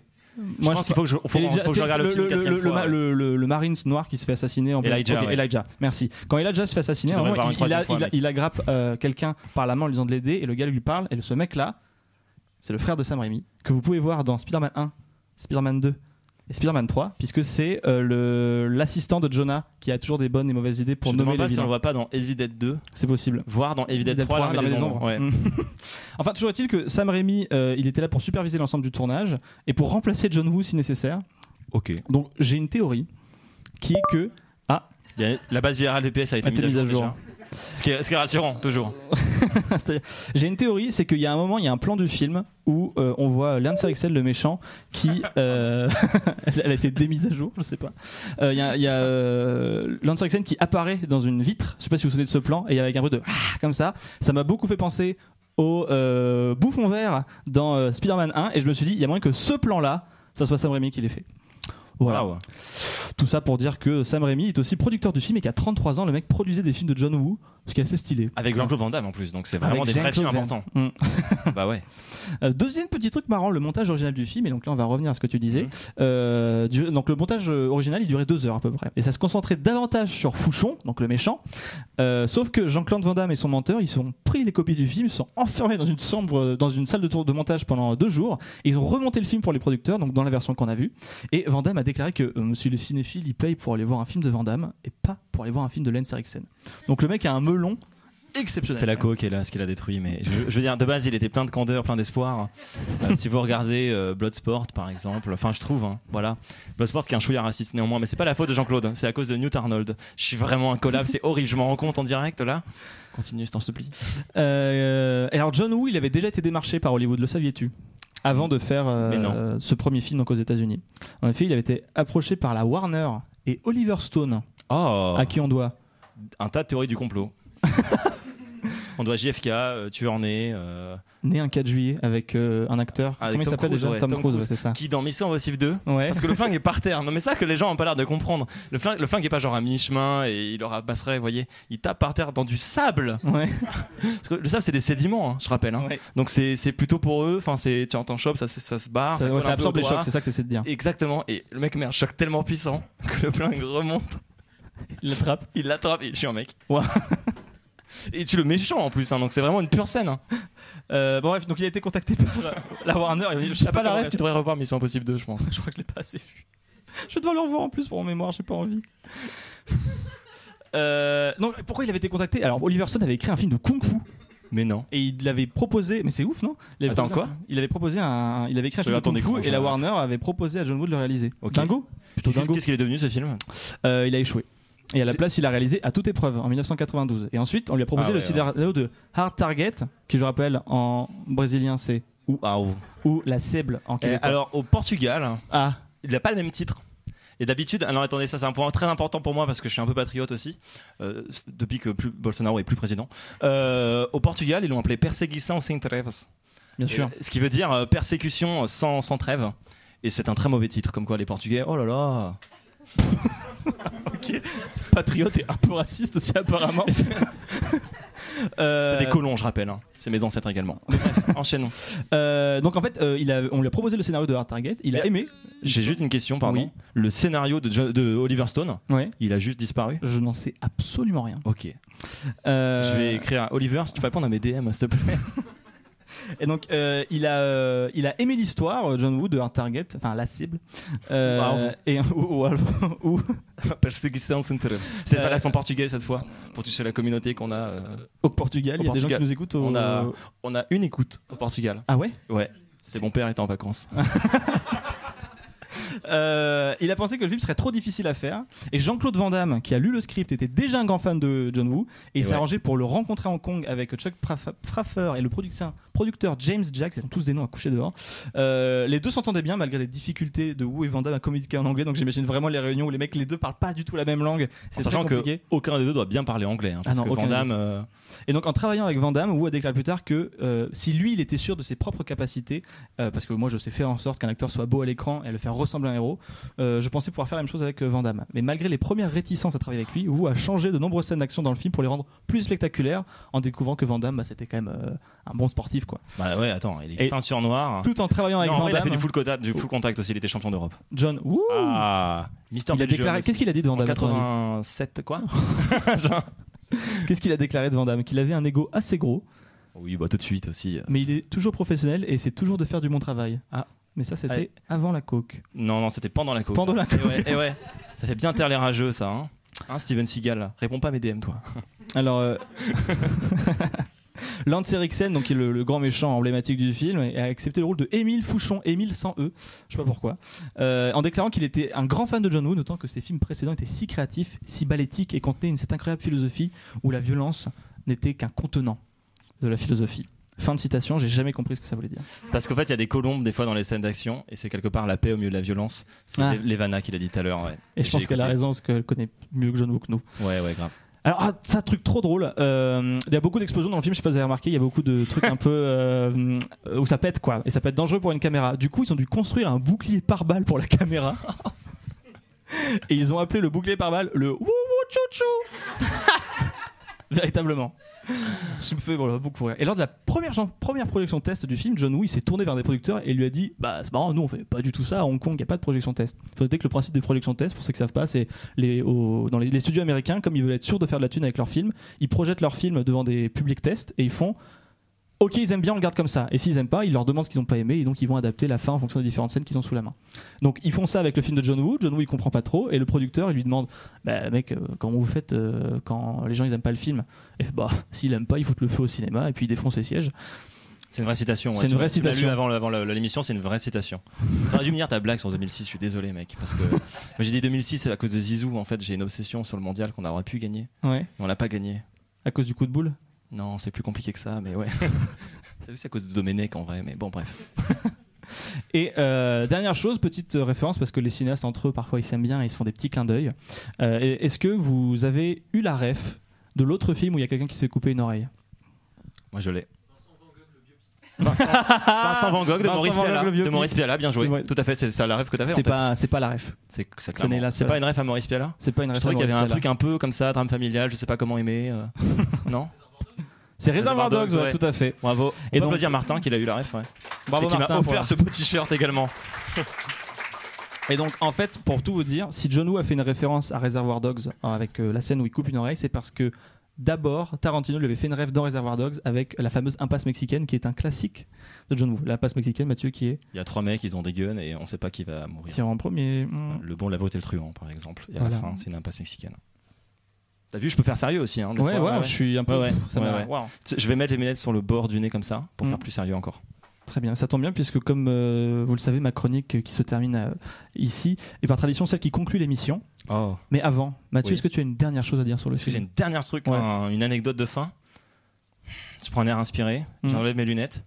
[SPEAKER 2] Moi,
[SPEAKER 3] je pense qu'il faut que je, faut- faut
[SPEAKER 2] Elijah,
[SPEAKER 3] que je
[SPEAKER 2] c'est-
[SPEAKER 3] regarde
[SPEAKER 2] c'est
[SPEAKER 3] le, film
[SPEAKER 2] le,
[SPEAKER 3] quatrième
[SPEAKER 2] le-
[SPEAKER 3] fois.
[SPEAKER 2] ma- le- le- le Marines noir qui se fait assassiner en plein-
[SPEAKER 3] Elijah,
[SPEAKER 2] Ok,
[SPEAKER 3] ouais.
[SPEAKER 2] Elijah, merci. Quand Elijah se fait assassiner,
[SPEAKER 3] Tu
[SPEAKER 2] à un
[SPEAKER 3] devrais
[SPEAKER 2] moment,
[SPEAKER 3] le voir une
[SPEAKER 2] il, il a-
[SPEAKER 3] troisième fois,
[SPEAKER 2] il a-
[SPEAKER 3] mec.
[SPEAKER 2] il agrappe euh, quelqu'un par la main en lui disant de l'aider et le gars lui parle. Et ce mec-là, c'est le frère de Sam Raimi, que vous pouvez voir dans Spider-Man 1, Spider-Man 2 et Spider-Man 3, puisque c'est euh, le- l'assistant de Jonah qui a toujours des bonnes et mauvaises idées pour
[SPEAKER 3] Je me
[SPEAKER 2] nommer les
[SPEAKER 3] demande pas si on
[SPEAKER 2] vilains.
[SPEAKER 3] le voit pas dans Evil Dead 2.
[SPEAKER 2] C'est possible.
[SPEAKER 3] Voire dans Evil Dead 3, Armée des Ombres. Ouais.
[SPEAKER 2] Mm. enfin, toujours est-il que Sam Raimi, euh, il était là pour superviser l'ensemble du tournage et pour remplacer John Woo si nécessaire.
[SPEAKER 3] Ok.
[SPEAKER 2] Donc, j'ai une théorie qui est que. Ah,
[SPEAKER 3] Il y a- La base virale VPS a été
[SPEAKER 2] A été
[SPEAKER 3] mise à
[SPEAKER 2] mise à
[SPEAKER 3] jour.
[SPEAKER 2] jour.
[SPEAKER 3] déjà. Ce qui est, ce qui est rassurant, toujours.
[SPEAKER 2] C'est-à-dire, j'ai une théorie, c'est qu'il y a un moment, il y a un plan du film où euh, on voit Lance Ericsson, le méchant, qui. euh, elle, elle a été démise à jour, je sais pas. Euh, Il y a, il y a, euh, Lance Ericsson qui apparaît dans une vitre, je sais pas si vous vous souvenez de ce plan, et avec un bruit de. Ah comme ça. Ça m'a beaucoup fait penser au euh, bouffon vert dans euh, Spider-Man 1, et je me suis dit, il y a moyen que ce plan-là, ça soit Sam Raimi qui l'ait fait. Voilà. Tout ça pour dire que Sam Raimi est aussi producteur du film et qu'à 33 ans, le mec produisait des films de John Woo, ce qui a fait stylé.
[SPEAKER 3] Avec Jean-Claude Van Damme en plus, donc c'est vraiment
[SPEAKER 2] Avec
[SPEAKER 3] des vrais
[SPEAKER 2] Jean-Claude
[SPEAKER 3] films
[SPEAKER 2] Van
[SPEAKER 3] importants.
[SPEAKER 2] Damme. Mm.
[SPEAKER 3] bah ouais.
[SPEAKER 2] Euh, Deuxième petit truc marrant, le montage original du film, et donc là on va revenir à ce que tu
[SPEAKER 3] Mhm.
[SPEAKER 2] disais. Euh, du- donc le montage euh, original il durait deux heures à peu près, et ça se concentrait davantage sur Fouchon, donc le méchant. Euh, sauf que Jean-Claude Van Damme et son menteur, ils se sont pris les copies du film, ils se sont enfermés dans une, sombre, dans une salle de, tour de montage pendant deux jours, et ils ont remonté le film pour les producteurs, donc dans la version qu'on a vue. Et Van Damme a déclaré que euh, monsieur le cinéphile il paye pour aller voir un film de Van Damme et pas pour aller voir un film de Lance Erickson. Donc le mec a un melon exceptionnel.
[SPEAKER 3] C'est la coke et là ce qu'il a détruit. Mais je, je veux dire, de base, il était plein de candeur, plein d'espoir. Euh, si vous regardez euh, Bloodsport, par exemple, enfin, je trouve, hein, voilà. Bloodsport qui est un chouïa raciste néanmoins, mais c'est pas la faute de Jean-Claude, hein, c'est à cause de Newt Arnold. Je suis vraiment un collab, c'est horrible. Je m'en rends compte en direct là. Continue, je t'en supplie.
[SPEAKER 2] Euh, et alors John Woo, il avait déjà été démarché par Hollywood, le saviez-tu Avant de faire euh,
[SPEAKER 3] Mais non.
[SPEAKER 2] euh, ce premier film donc aux États-Unis. En effet, il avait été approché par la Warner et Oliver Stone,
[SPEAKER 3] Oh,
[SPEAKER 2] à Ah, qui on doit
[SPEAKER 3] un tas de théories du complot. On doit JFK, euh, tueur né. euh,
[SPEAKER 2] Né un 4 juillet avec euh, un acteur.
[SPEAKER 3] Ah, avec
[SPEAKER 2] Comment il
[SPEAKER 3] Tom
[SPEAKER 2] s'appelle
[SPEAKER 3] Cruise,
[SPEAKER 2] déjà
[SPEAKER 3] ouais,
[SPEAKER 2] Tom, Cruise, ouais, c'est ça.
[SPEAKER 3] Qui dans Mission Impossible 2
[SPEAKER 2] Ouais.
[SPEAKER 3] Parce que le flingue est par terre. Non, mais ça que les gens ont pas l'air de comprendre. Le flingue, le flingue est pas genre à mi-chemin et il leur passerait, vous voyez. Il tape par terre dans du sable. Parce que le sable, c'est des sédiments, hein, je rappelle. hein.
[SPEAKER 2] Ah,
[SPEAKER 3] Donc c'est c'est plutôt pour eux. Enfin, c'est- tu entends choc, ça, c'est- ça se barre.
[SPEAKER 2] Ça- ouais,
[SPEAKER 3] colle
[SPEAKER 2] ça
[SPEAKER 3] un peu au
[SPEAKER 2] absorbe les
[SPEAKER 3] doigt.
[SPEAKER 2] chocs, c'est ça que t'essaies de dire.
[SPEAKER 3] Exactement. Et le mec met un choc tellement puissant que le flingue remonte.
[SPEAKER 2] Il l'attrape.
[SPEAKER 3] Il l'attrape et je suis un mec. Et tu le méchant en plus, hein, donc c'est vraiment une pure scène. hein.
[SPEAKER 2] Euh, bon, bref, donc il a été contacté par euh, la Warner. Il a dit, je sais
[SPEAKER 3] T'as pas la
[SPEAKER 2] comment
[SPEAKER 3] rêve, tu devrais revoir Mission Impossible 2, je pense.
[SPEAKER 2] je crois que je l'ai pas assez vu. Je vais devoir le revoir en plus pour en mémoire, j'ai pas envie. Euh, non, pourquoi il avait été contacté Alors, Oliver Stone avait écrit un film de Kung Fu.
[SPEAKER 3] Mais non.
[SPEAKER 2] Et il l'avait proposé, mais c'est ouf, non il avait
[SPEAKER 3] Attends,
[SPEAKER 2] proposé un-
[SPEAKER 3] quoi
[SPEAKER 2] Il avait proposé un. Il avait écrit un
[SPEAKER 3] Je
[SPEAKER 2] film de
[SPEAKER 3] regarde ton
[SPEAKER 2] Kung
[SPEAKER 3] écran,
[SPEAKER 2] Fu et la
[SPEAKER 3] je-
[SPEAKER 2] Warner avait proposé à John Wood de le réaliser. Dingo Plutôt
[SPEAKER 3] Qu'est-ce
[SPEAKER 2] dingo.
[SPEAKER 3] qu'est-ce qu'il est devenu ce film
[SPEAKER 2] Euh, il a échoué. Et à la place, il a réalisé À toute épreuve en 1992. Et ensuite, on lui a proposé
[SPEAKER 3] Ah
[SPEAKER 2] le
[SPEAKER 3] ouais,
[SPEAKER 2] scénario de Hard Target, qui je rappelle en brésilien c'est ou ou la cible en
[SPEAKER 3] Eh,
[SPEAKER 2] québécois.
[SPEAKER 3] ah, oh. alors au Portugal,
[SPEAKER 2] Ah.
[SPEAKER 3] il n'a pas le même titre. Et d'habitude, alors attendez, ça c'est un point très important pour moi parce que je suis un peu patriote aussi, euh, depuis que plus- Bolsonaro est plus président. Euh, au Portugal, ils l'ont appelé Perseguição sem trêves.
[SPEAKER 2] Bien
[SPEAKER 3] Et,
[SPEAKER 2] sûr.
[SPEAKER 3] Ce qui veut dire euh, persécution sans, sans trêve. Et c'est un très mauvais titre, comme quoi les Portugais, oh là là
[SPEAKER 2] Ok. Patriote et un peu raciste aussi apparemment. Euh,
[SPEAKER 3] C'est des colons, je rappelle. hein. C'est mes ancêtres également. Enchaînons.
[SPEAKER 2] donc en fait, euh, il a- on lui a proposé le scénario de Hard Target. Il a aimé.
[SPEAKER 3] J'ai juste une question, pardon.
[SPEAKER 2] Oui.
[SPEAKER 3] Le scénario de, Jo- de Oliver Stone, il a juste disparu
[SPEAKER 2] Je n'en sais absolument rien.
[SPEAKER 3] Ok.
[SPEAKER 2] Euh,
[SPEAKER 3] Je vais écrire à Oliver si tu peux répondre à mes DM, s'il te plaît.
[SPEAKER 2] Et donc euh, il a euh, il a aimé l'histoire euh, John Woo de Hard Target, enfin la cible. Euh,
[SPEAKER 3] Wow.
[SPEAKER 2] Et ou, ou- ou-
[SPEAKER 3] Perseguição sem trêves. Cette place en portugais cette fois, pour toucher la communauté qu'on a. euh,
[SPEAKER 2] au Portugal,
[SPEAKER 3] au
[SPEAKER 2] il y a des gens
[SPEAKER 3] Portugal.
[SPEAKER 2] qui nous écoutent. au-
[SPEAKER 3] On a, on a une écoute au Portugal.
[SPEAKER 2] Ah ouais
[SPEAKER 3] Ouais. C'était mon père était en vacances.
[SPEAKER 2] Euh, il a pensé que le film serait trop difficile à faire. Et Jean-Claude Van Damme, qui a lu le script, était déjà un grand fan de John Woo. Et il
[SPEAKER 3] Et
[SPEAKER 2] s'est
[SPEAKER 3] ouais.
[SPEAKER 2] arrangé pour le rencontrer à Hong Kong avec Chuck Praff- Pfaffer et le producteur, producteur James Jacks. Ils ont tous des noms à coucher dehors. Euh, les deux s'entendaient bien malgré les difficultés de Woo et Van Damme à communiquer en anglais. Donc j'imagine vraiment les réunions où les mecs, les deux parlent pas du tout la même langue.
[SPEAKER 3] En
[SPEAKER 2] C'est très
[SPEAKER 3] sachant
[SPEAKER 2] compliqué.
[SPEAKER 3] que aucun des deux doit bien parler anglais. hein,
[SPEAKER 2] Ah
[SPEAKER 3] parce
[SPEAKER 2] non,
[SPEAKER 3] que
[SPEAKER 2] aucun
[SPEAKER 3] Van
[SPEAKER 2] des
[SPEAKER 3] Damme,
[SPEAKER 2] deux.
[SPEAKER 3] euh,
[SPEAKER 2] Et donc en travaillant avec Van Damme, Wu a déclaré plus tard que euh, si lui il était sûr de ses propres capacités, euh, parce que moi je sais faire en sorte qu'un acteur soit beau à l'écran et le faire ressembler à un héros, euh, je pensais pouvoir faire la même chose avec euh, Van Damme. Mais malgré les premières réticences à travailler avec lui, Wu a changé de nombreuses scènes d'action dans le film pour les rendre plus spectaculaires en découvrant que Van Damme bah, c'était quand même euh, un bon sportif quoi.
[SPEAKER 3] bah ouais, attends, il est
[SPEAKER 2] Et
[SPEAKER 3] ceinture noire.
[SPEAKER 2] tout en travaillant avec
[SPEAKER 3] Non, en
[SPEAKER 2] Van
[SPEAKER 3] vrai, Il a fait
[SPEAKER 2] Damme.
[SPEAKER 3] du full, contact, du full contact aussi, il était champion d'Europe.
[SPEAKER 2] John Wu
[SPEAKER 3] Ah, Mister
[SPEAKER 2] Il a déclaré qu'est-ce qu'il a dit de Van
[SPEAKER 3] en
[SPEAKER 2] Damme à ton avis
[SPEAKER 3] 87 quoi
[SPEAKER 2] Qu'est-ce qu'il a déclaré de Van Damme Qu'il avait un ego assez gros,
[SPEAKER 3] Oui, bah tout de suite aussi. euh.
[SPEAKER 2] mais il est toujours professionnel et c'est toujours de faire du bon travail.
[SPEAKER 3] Ah.
[SPEAKER 2] Mais ça c'était
[SPEAKER 3] Allez.
[SPEAKER 2] avant la coke.
[SPEAKER 3] Non, non, c'était pendant la coke.
[SPEAKER 2] Pendant la coke.
[SPEAKER 3] Et ouais, eh ouais. ça fait bien taire les rageux, ça. Hein, Hein, Steven Seagal, là. réponds pas à mes DM, toi.
[SPEAKER 2] Alors, euh, Lance Eriksen, donc qui est le, le grand méchant emblématique du film, a accepté le rôle de Émile Fouchon, Émile sans E, je sais pas pourquoi, euh, en déclarant qu'il était un grand fan de John Woo, notant que ses films précédents étaient si créatifs, si ballettiques et contenaient une, cette incroyable philosophie où la violence n'était qu'un contenant de la philosophie. Fin de citation, j'ai jamais compris ce que ça voulait dire.
[SPEAKER 3] C'est parce qu'en fait, il y a des colombes des fois dans les scènes d'action, et c'est quelque part la paix au milieu de la violence. C'est
[SPEAKER 2] Ah.
[SPEAKER 3] Lev- Levana qui l'a dit tout à l'heure. ouais.
[SPEAKER 2] Et je
[SPEAKER 3] J'ai
[SPEAKER 2] pense qu'elle a
[SPEAKER 3] écouté.
[SPEAKER 2] raison parce qu'elle connaît mieux que John Woo que nous.
[SPEAKER 3] Ouais, ouais, grave.
[SPEAKER 2] Alors, ah, ça, truc trop drôle. Euh, Il y a beaucoup d'explosions dans le film, je sais pas si vous avez remarqué. Il y a beaucoup de trucs un peu euh, où ça pète, quoi. Et ça peut être dangereux pour une caméra. Du coup, ils ont dû construire un bouclier pare-balles pour la caméra. Et ils ont appelé le bouclier pare-balles le wouhou chouchou. Véritablement. Ça me fait voilà, beaucoup rire. Et lors de la première, gen- première projection test du film, John Woo il s'est tourné vers des producteurs et lui a dit Bah, c'est marrant, nous on fait pas du tout ça à Hong Kong, il n'y a pas de projection test. Faut noter que le principe des projections test, pour ceux qui savent pas, c'est les, au- dans les, les studios américains, comme ils veulent être sûrs de faire de la thune avec leurs films, ils projettent leurs films devant des publics tests et ils font Ok, ils aiment bien, on le garde comme ça. Et s'ils aiment pas, ils leur demandent ce qu'ils ont pas aimé et donc ils vont adapter la fin en fonction des différentes scènes qu'ils ont sous la main. Donc ils font ça avec le film de John Woo. John Woo il comprend pas trop et le producteur il lui demande Bah mec, euh, comment vous faites euh, quand les gens ils aiment pas le film Et bah s'ils aiment pas, ils foutent le feu au cinéma et puis ils défoncent les sièges.
[SPEAKER 3] C'est une vraie citation. ouais.
[SPEAKER 2] C'est une
[SPEAKER 3] Tu
[SPEAKER 2] vraie
[SPEAKER 3] l'as- tu l'as lu
[SPEAKER 2] citation.
[SPEAKER 3] avant, avant le- l'émission, c'est une vraie citation. T'aurais dû me dire ta blague sur 2006, je suis désolé, mec. Parce que moi, j'ai dit 2006 à cause de Zizou. En fait, j'ai une obsession sur le mondial qu'on aurait pu gagner.
[SPEAKER 2] Ouais.
[SPEAKER 3] Mais on l'a pas gagné.
[SPEAKER 2] À cause du coup de boule
[SPEAKER 3] Non, c'est plus compliqué que ça, mais ouais. c'est aussi à cause de Domenech en vrai, mais bon, bref.
[SPEAKER 2] Et euh, dernière chose, petite euh, référence, parce que les cinéastes entre eux, parfois ils s'aiment bien et ils se font des petits clins d'œil. Euh, et- Est-ce que vous avez eu la ref de l'autre film où il y a quelqu'un qui se fait couper une oreille
[SPEAKER 3] Moi, je l'ai. Vincent, Vincent Van Gogh de
[SPEAKER 2] Vincent
[SPEAKER 3] Maurice
[SPEAKER 2] Van Gogh,
[SPEAKER 3] Pialat.
[SPEAKER 2] le
[SPEAKER 3] De
[SPEAKER 2] biopic.
[SPEAKER 3] Maurice Pialat, bien joué.
[SPEAKER 2] Ouais.
[SPEAKER 3] Tout à fait, c'est c'est la rêve que t'avais.
[SPEAKER 2] C'est pas- c'est pas la rêve.
[SPEAKER 3] C'est ça,
[SPEAKER 2] Ce n'est
[SPEAKER 3] clairement.
[SPEAKER 2] la
[SPEAKER 3] C'est
[SPEAKER 2] seule.
[SPEAKER 3] pas une rêve à Maurice Pialat.
[SPEAKER 2] C'est pas une
[SPEAKER 3] Je
[SPEAKER 2] rêve
[SPEAKER 3] trouvais
[SPEAKER 2] à
[SPEAKER 3] qu'il y avait un
[SPEAKER 2] Maurice
[SPEAKER 3] truc un peu comme ça, drame familial, je sais pas comment aimer. euh, non
[SPEAKER 2] C'est Réservoir Dogs, ouais, tout à fait.
[SPEAKER 3] Bravo.
[SPEAKER 2] On
[SPEAKER 3] Et
[SPEAKER 2] peut
[SPEAKER 3] donc
[SPEAKER 2] applaudir
[SPEAKER 3] dire Martin qui a eu la ref. Ouais.
[SPEAKER 2] Bravo
[SPEAKER 3] Et qui m'a
[SPEAKER 2] Martin, pour la-
[SPEAKER 3] offert ce beau t-shirt également.
[SPEAKER 2] Et donc, en fait, pour tout vous dire, si John Woo a fait une référence à Reservoir Dogs hein, avec euh, la scène où il coupe une oreille, c'est parce que d'abord, Tarantino lui avait fait une rêve dans Reservoir Dogs avec la fameuse impasse mexicaine qui est un classique de John Woo. L'impasse mexicaine, Mathieu, qui est
[SPEAKER 3] Il y a trois mecs, ils ont des guns et on sait pas qui va mourir.
[SPEAKER 2] tiré en premier. Mm.
[SPEAKER 3] Le bon, la brute et le truand, par exemple. Et à
[SPEAKER 2] Voilà.
[SPEAKER 3] la fin, c'est une impasse mexicaine. T'as vu, je peux faire sérieux aussi. Hein, des
[SPEAKER 2] Ouais,
[SPEAKER 3] fois.
[SPEAKER 2] ouais, je suis un peu-
[SPEAKER 3] Ouais, ouais,
[SPEAKER 2] ça
[SPEAKER 3] ouais,
[SPEAKER 2] m'a- Mm.
[SPEAKER 3] ouais.
[SPEAKER 2] Wow.
[SPEAKER 3] Tu- Je vais mettre les lunettes sur le bord du nez comme ça pour faire plus sérieux encore.
[SPEAKER 2] Très bien, ça tombe bien puisque comme euh, vous le savez, ma chronique euh, qui se termine euh, ici est par tradition celle qui conclut l'émission.
[SPEAKER 3] Oh.
[SPEAKER 2] Mais avant, Mathieu,
[SPEAKER 3] Oui.
[SPEAKER 2] est-ce que tu as une dernière chose à dire sur le
[SPEAKER 3] Est-ce que j'ai
[SPEAKER 2] sujet
[SPEAKER 3] une dernière truc,
[SPEAKER 2] Ouais.
[SPEAKER 3] un- une anecdote de fin Je prends un air inspiré,
[SPEAKER 2] Mhm.
[SPEAKER 3] j'enlève mes lunettes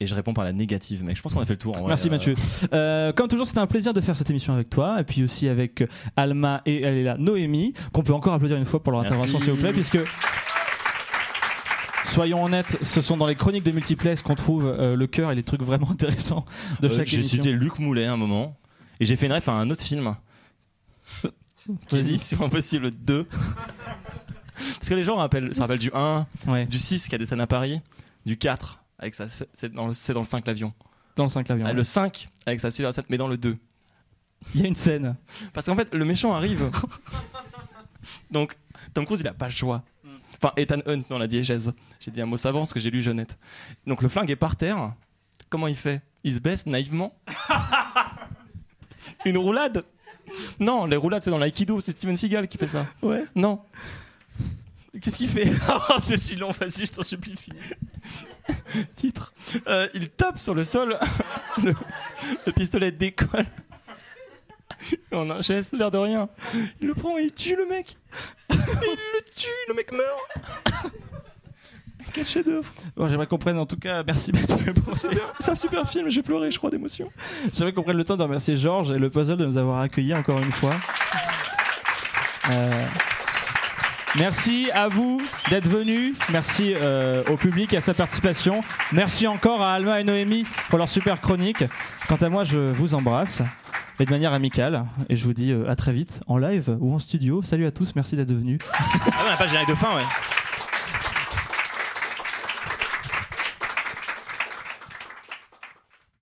[SPEAKER 3] et je réponds par la négative. Mec, je pense qu'on a fait le tour. en vrai.
[SPEAKER 2] Merci
[SPEAKER 3] Euh,
[SPEAKER 2] Mathieu. Euh, comme toujours, c'était un plaisir de faire cette émission avec toi et puis aussi avec euh, Alma et elle est là, Noémie, qu'on peut encore applaudir une fois pour leur
[SPEAKER 3] Merci.
[SPEAKER 2] intervention, s'il vous plaît, puisque. Soyons honnêtes, ce sont dans les chroniques de multiplex qu'on trouve euh, le cœur et les trucs vraiment intéressants de
[SPEAKER 3] euh,
[SPEAKER 2] chaque
[SPEAKER 3] J'ai
[SPEAKER 2] émission.
[SPEAKER 3] cité Luc Moulet à un moment et j'ai fait une ref à un autre film. Vas-y, c'est impossible 2. Parce que les gens rappellent, se rappellent du 1, du 6 qui a des scènes à Paris, du 4 avec sa, c'est dans le c'est dans le 5 l'avion.
[SPEAKER 2] Dans le 5 l'avion.
[SPEAKER 3] Ah,
[SPEAKER 2] ouais.
[SPEAKER 3] Le 5 avec sa super 7 mais dans le 2.
[SPEAKER 2] Il y a une scène.
[SPEAKER 3] Parce qu'en fait, le méchant arrive. Donc, Tom Cruise, il a pas le choix. Enfin, Ethan Hunt dans la diégèse. J'ai dit un mot savant parce que j'ai lu Jeunette. Donc, le flingue est par terre. Comment il fait Il se baisse naïvement. Une roulade Non, les roulades, c'est dans l'aïkido. C'est Steven Seagal qui fait ça.
[SPEAKER 2] Ouais.
[SPEAKER 3] Non. Qu'est-ce qu'il fait Oh, C'est si long, vas-y, je t'en supplie, finis. Titre. Euh, il tape sur le sol. le, le pistolet décolle. On a un geste, l'air de rien. Il le prend et il tue le mec. il le tue, le mec meurt. Quel chef-d'œuvre.
[SPEAKER 2] Bon, J'aimerais qu'on prenne en tout cas, merci Mathieu pour ces-
[SPEAKER 3] C'est un super film, j'ai pleuré, je crois, d'émotion.
[SPEAKER 2] J'aimerais qu'on prenne le temps de remercier Georges et le puzzle de nous avoir accueillis encore une fois. Euh, Merci à vous d'être venus. Merci euh, au public et à sa participation. Merci encore à Alma et Noémie pour leur super chronique. Quant à moi, je vous embrasse et de manière amicale. Et je vous dis euh, à très vite en live ou en studio. Salut à tous, merci d'être venus.
[SPEAKER 3] Ah, on n'a pas de générique de fin, ouais.